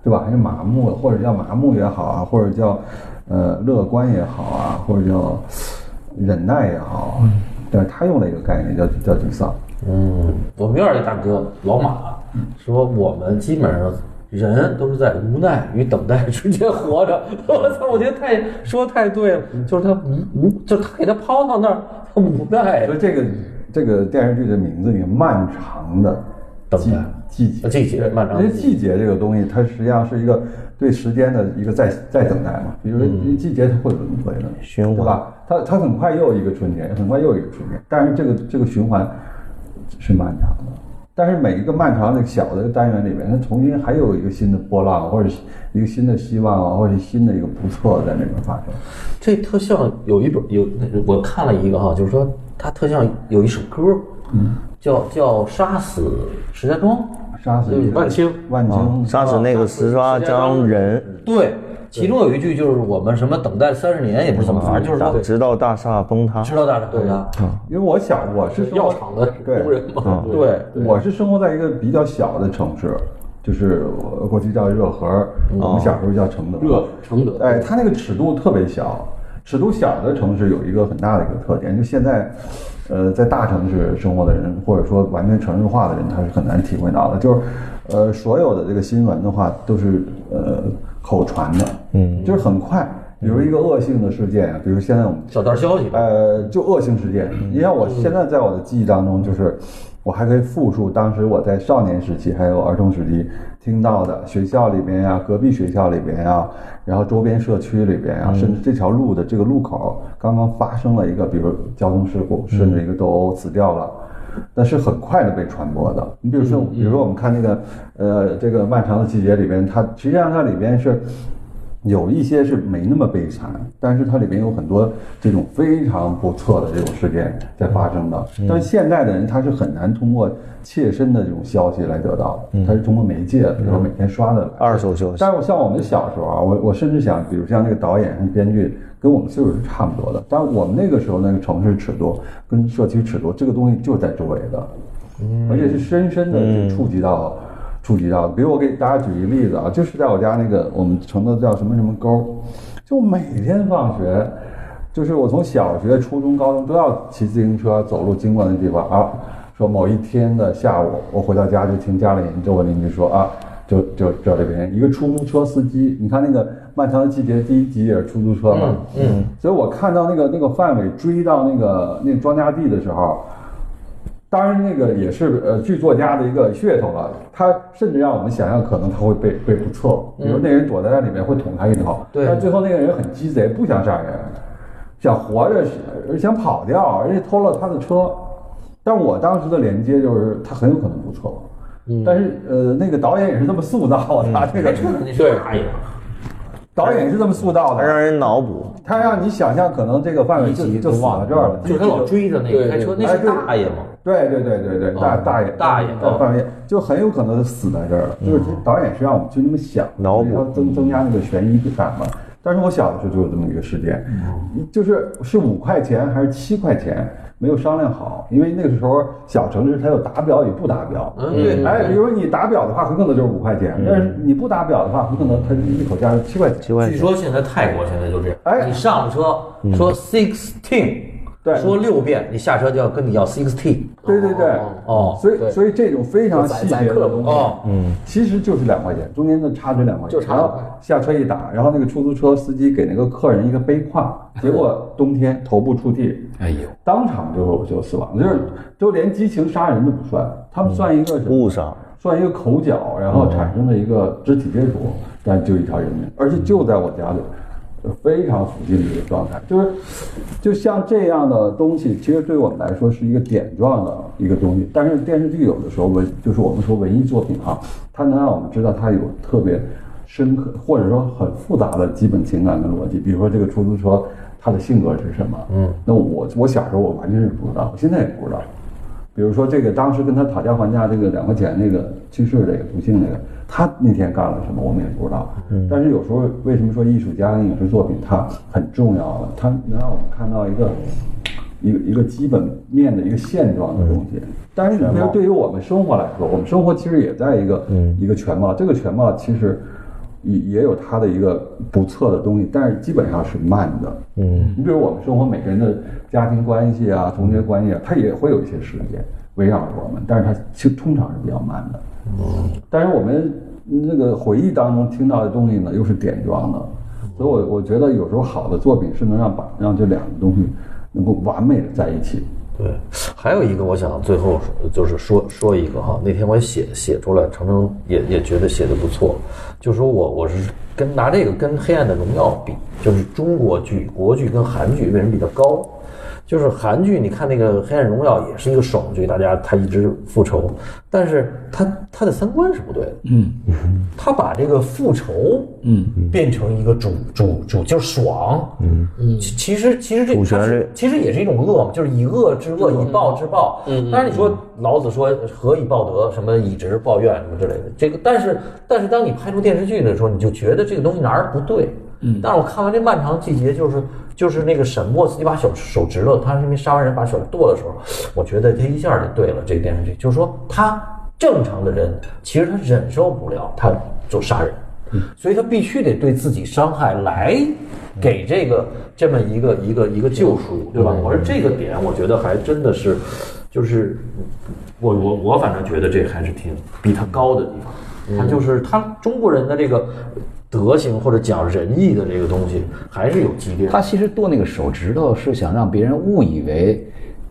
Speaker 3: 对吧？还是麻木了，或者叫麻木也好啊，或者叫呃乐观也好啊，或者叫忍耐也好，但是他用了一个概念叫叫沮丧。
Speaker 1: 嗯，我们院儿一大哥老马啊说，我们基本上人都是在无奈与等待之间活着。 我操，我觉得太说得太对了，就是他无无，就是他给他抛到那儿，他无奈
Speaker 3: 所以这个这个电视剧的名字里面漫长的
Speaker 1: 等
Speaker 3: 季
Speaker 1: 待
Speaker 3: 季节，
Speaker 1: 季节漫长的
Speaker 3: 因为
Speaker 1: 季
Speaker 3: 季节这个东西，它实际上是一个对时间的一个再再等待嘛。比如说季节它会轮回的，
Speaker 5: 嗯循环
Speaker 3: 对吧？它它很快又一个春天，很快又一个春天，但是这个这个循环是漫长的。但是每一个漫长的小的单元里面，它重新还有一个新的波浪，或者是一个新的希望啊，或者是新的一个不错在那边发生。
Speaker 1: 这特像有一本有那我看了一个哈，就是说它特像有一首歌，嗯，叫叫《杀死石家庄》，
Speaker 3: 杀死
Speaker 1: 嗯万青，嗯
Speaker 3: 万青，
Speaker 5: 啊杀死那个石家庄人，
Speaker 1: 对，其中有一句就是我们什么等待三十年，也不是怎么，反正就是说
Speaker 5: 直到大厦崩塌。
Speaker 1: 知道大对呀，
Speaker 3: 因为我想我是生活
Speaker 1: 药厂的工人嘛，对，
Speaker 3: 嗯我是生活在一个比较小的城市，就是我过去叫热河，
Speaker 1: 哦
Speaker 3: 我们小时候叫承德。热
Speaker 1: 承德
Speaker 3: 哎，它那个尺度特别小，尺度小的城市有一个很大的一个特点，就现在，呃，在大城市生活的人，或者说完全城市化的人，他是很难体会到的。就是，呃，所有的这个新闻的话，都是呃口传的，嗯，就是很快。比如一个恶性的事件，啊比如现在我们
Speaker 1: 小道消息吧，
Speaker 3: 呃，就恶性事件。你像我现在在我的记忆当中，就是我还可以复述当时我在少年时期还有儿童时期听到的学校里面呀、隔壁学校里边呀、然后周边社区里边呀、甚至这条路的这个路口刚刚发生了一个，比如交通事故，甚至一个斗殴死掉了。那是很快的被传播的。你比如说，比如说我们看那个，呃，这个《漫长的季节》里边，它实际上它里边是有一些是没那么悲惨，但是它里边有很多这种非常不错的这种事件在发生的。但是现在的人他是很难通过切身的这种消息来得到的，他是通过媒介，比如说每天刷的来。
Speaker 5: 二手消息
Speaker 3: 但是我像我们小时候啊，我我甚至想，比如像那个导演、编剧，跟我们岁数是差不多的，但我们那个时候那个城市尺度跟社区尺度，这个东西就在周围的，而且是深深的触及到、触及到。比如我给大家举一个例子啊，就是在我家那个我们城的叫什么什么沟，就每天放学。就是我从小学、初中、高中都要骑自行车、走路经过那地方啊。说某一天的下午，我回到家就听家里人就我邻居说啊，就就这里边一个出租车司机，你看那个《漫长的季节》第一集也是出租车嘛，嗯，所以我看到那个那个范伟追到那个那个庄稼地的时候，当然，那个也是呃剧作家的一个噱头了。他甚至让我们想象，可能他会被被不测，比如那人躲在那里面会捅他一刀，
Speaker 1: 嗯对
Speaker 3: 但最后那个人很鸡贼，不想杀人，想活着，呃想跑掉，而且偷了他的车。但我当时的连接就是他很有可能不错，
Speaker 1: 嗯
Speaker 3: 但是呃，那个导演也是这么塑造的，这 个
Speaker 1: 那是啥呀？
Speaker 3: 导演也是这么塑造
Speaker 5: 还
Speaker 3: 的，
Speaker 5: 让人脑补，
Speaker 3: 他让你想象可能这个范围就就死到这儿了，
Speaker 1: 嗯就是他老追着那个开车，那是大爷嘛，
Speaker 3: 哎对对对对对，大大爷
Speaker 1: 大爷哦嗯
Speaker 3: 范围就很有可能死在这儿了。就是导演是让我们去那么想，
Speaker 5: 脑补
Speaker 3: 要增增加那个悬疑感嘛。但是我小的时候就有这么一个事件，
Speaker 1: 嗯
Speaker 3: 就是是五块钱还是七块钱没有商量好，因为那个时候小城市它有打表与不打表。
Speaker 1: 嗯对嗯
Speaker 3: 哎，比如你打表的话，很可能就是五块钱；但是你不打表的话，很可能它一口价是七块钱。
Speaker 5: 奇怪
Speaker 1: 据，说现在泰国现在就这样，
Speaker 3: 哎
Speaker 1: 你上了车说 sixteen，
Speaker 3: 对
Speaker 1: 说六遍，你下车就要跟你要 sixteen，
Speaker 3: 对对对，
Speaker 1: 哦
Speaker 3: 所以所以这种非常细节的东西，
Speaker 1: 哦
Speaker 3: 嗯，其实就是两块钱，中间的差值两块钱，
Speaker 8: 就差两块
Speaker 3: 然后下车一打，然后那个出租车司机给那个客人一个背挎，结果冬天头部触地，
Speaker 4: 哎呦，
Speaker 3: 当场就就死亡，就是就连激情杀人都不算，他
Speaker 1: 嗯
Speaker 3: 们算一个什么
Speaker 5: 误伤，
Speaker 3: 算一个口角，然后产生的一个肢体接触，但就一条人命，而且就在我家里，呃非常附近的一个状态，就是就像这样的东西，其实对我们来说是一个点状的一个东西。但是电视剧有的时候文就是我们说文艺作品啊，它能让我们知道它有特别深刻或者说很复杂的基本情感跟逻辑，比如说这个出租车。他的性格是什么？嗯，那我我小时候我完全是不知道，我现在也不知道。比如说这个当时跟他讨价还价这个两块钱那个去世这个不幸那个，他那天干了什么我们也不知道。但是有时候为什么说艺术家跟影视作品它很重要了？它能让我们看到一个一个一个基本面的一个现状的东西。但是你比如对于我们生活来说，我们生活其实也在一个一个全貌，这个全貌其实也也有它的一个不错的东西，但是基本上是慢的。嗯，你比如我们生活每个人的家庭关系啊、同学关系啊，它也会有一些事件围绕着我们，但是它其实通常是比较慢的。嗯，但是我们那个回忆当中听到的东西呢，又是点状的，所以我我觉得有时候好的作品是能让把让这两个东西能够完美的在一起。
Speaker 1: 对，还有一个我想最后就是说说一个哈，那天我也写写出来，程程也也觉得写的不错，就是说我我是跟拿这个跟《黑暗的荣耀》比，就是中国剧国剧跟韩剧为什么比较高？就是韩剧，你看那个《黑暗荣耀》也是一个爽剧，大家他一直复仇，但是他他的三观是不对的，嗯，他把这个复仇，嗯，变成一个主主主就是爽，嗯，其其实其实这
Speaker 5: 主旋律
Speaker 1: 它是其实也是一种恶嘛，就是以恶制恶，以暴制暴。嗯，当然你说老子说何以报德，什么以直报怨什么之类的，这个但是但是当你拍出电视剧的时候，你就觉得这个东西哪儿不对。嗯，但是我看完这《漫长季节》，就是就是那个沈墨自己把手手指头，他是因为杀完人把手剁的时候，我觉得他一下就对了。这个电视剧就是说，他正常的人其实他忍受不了，他就杀人。所以他必须得对自己伤害来给这个这么一个一个一个救赎，对吧？我说这个点，我觉得还真的是，就是我我我反正觉得这还是挺比他高的地方。他就是他中国人的这个德行或者讲仁义的这个东西，还是有积淀。
Speaker 4: 他其实剁那个手指头是想让别人误以为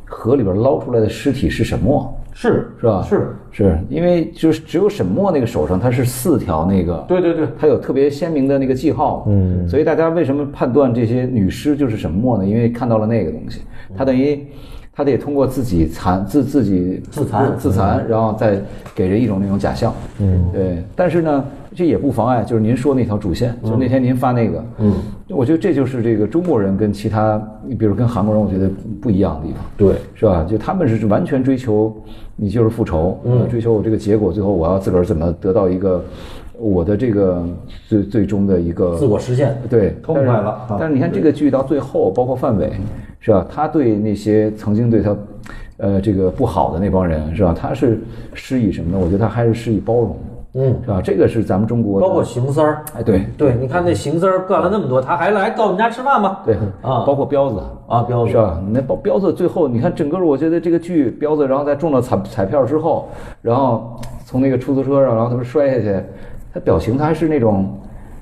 Speaker 4: 河里边捞出来的尸体是沈墨，
Speaker 1: 是
Speaker 4: 是吧？
Speaker 1: 是
Speaker 4: 是，因为就是只有沈墨那个手上，它是四条那个，
Speaker 1: 对对对，
Speaker 4: 它有特别鲜明的那个记号，嗯，所以大家为什么判断这些女尸就是沈墨呢？因为看到了那个东西，他等于。他得通过自己残自自己自残自残，然后再给人一种那种假象。嗯，对。但是呢，这也不妨碍，就是您说那条主线，就是那天您发那个，嗯，我觉得这就是这个中国人跟其他，比如跟韩国人，我觉得不一样的地方。
Speaker 1: 对，
Speaker 4: 是吧？就他们是完全追求你就是复仇，嗯，追求我这个结果，最后我要自个儿怎么得到一个我的这个最最终的一个
Speaker 1: 自我实现。
Speaker 4: 对，
Speaker 3: 痛
Speaker 4: 但是
Speaker 3: 快了啊
Speaker 4: 但是你看这个剧到最后，包括范伟，是吧？他对那些曾经对他，呃，这个不好的那帮人，是吧？他是施以什么呢？我觉得他还是施以包容的，
Speaker 1: 嗯，
Speaker 4: 是吧？这个是咱们中国的，
Speaker 1: 包括邢三儿，
Speaker 4: 哎，对
Speaker 1: 对，你看那邢三儿干了那么多，他还来到我们家吃饭吗？
Speaker 4: 对
Speaker 1: 啊
Speaker 4: 包括彪子。
Speaker 1: 啊，彪
Speaker 4: 是吧？那包彪子最后，你看整个，我觉得这个剧彪子，然后在中了彩彩票之后，然后从那个出租车上，然后他不是摔下去，他表情他还是那种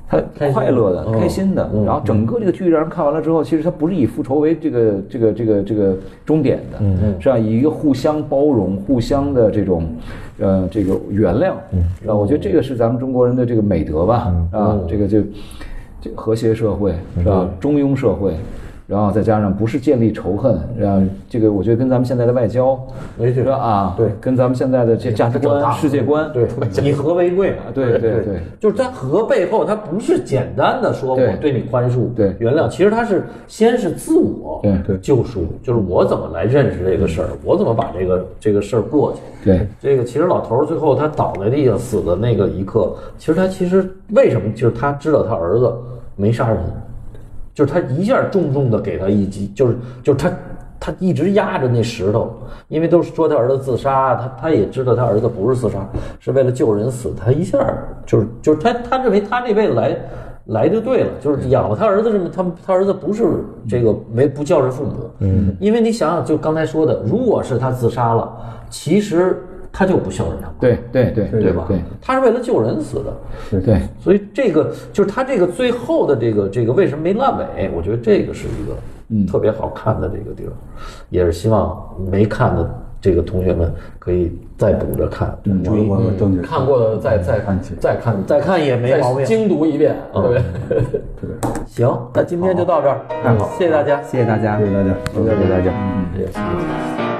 Speaker 4: 他
Speaker 1: 开心的哦嗯
Speaker 4: 快乐的、开心的。然后整个这个剧让人看完了之后，其实他不是以复仇为这个这个这个这个终点的，
Speaker 1: 嗯
Speaker 4: 是吧？以一个互相包容、互相的这种呃这个原谅，
Speaker 1: 嗯
Speaker 4: 啊，我觉得这个是咱们中国人的这个美德吧，
Speaker 1: 嗯
Speaker 4: 啊，这个就。这和谐社会是吧？中庸社会，然后再加上不是建立仇恨，然后这个我觉得跟咱们现在的外交，
Speaker 1: 没错
Speaker 4: 是吧？啊，
Speaker 1: 对
Speaker 4: 跟咱们现在的这价值观、世界观，
Speaker 1: 对， 以和为贵嘛。
Speaker 4: 对对对
Speaker 1: 就是在和背后，它不是简单的说
Speaker 4: 对
Speaker 1: 我对你宽恕、
Speaker 4: 对
Speaker 1: 原谅，其实它是先是自我
Speaker 4: 对对
Speaker 1: 救赎，就是我怎么来认识这个事儿，我怎么把这个这个事儿过去。
Speaker 4: 对
Speaker 1: 这个其实老头儿最后他倒在地上死的那个一刻，其实他其实为什么就是他知道他儿子没杀人，就是他一下重重的给他一击，就是就是他他一直压着那石头，因为都是说他儿子自杀，他他也知道他儿子不是自杀，是为了救人死，他一下就是就是他他认为他这辈子来。来就对了，就是养了他儿子这么，他他儿子不是这个没不孝顺父母，嗯，因为你想想，就刚才说的，如果是他自杀了，其实他就不孝顺他妈，
Speaker 4: 对对对对
Speaker 1: 对吧？
Speaker 4: 对
Speaker 1: 他是为了救人死的，
Speaker 4: 对对，
Speaker 1: 所以这个就是他这个最后的这个这个为什么没烂尾？我觉得这个是一个特别好看的这个地方，也是希望没看的这个同学们可以再补着看。
Speaker 3: 我我
Speaker 4: 嗯
Speaker 3: 我争取
Speaker 8: 看过的再再
Speaker 3: 看起
Speaker 8: 再看
Speaker 1: 再嗯看也没毛
Speaker 8: 再
Speaker 1: 病。
Speaker 8: 精读一遍，对不对？
Speaker 1: 行，那今天就到这儿，
Speaker 3: 太好了
Speaker 1: 谢谢大家。
Speaker 7: 谢谢大家。
Speaker 3: 谢谢大家，
Speaker 5: 谢谢大家。
Speaker 1: 谢谢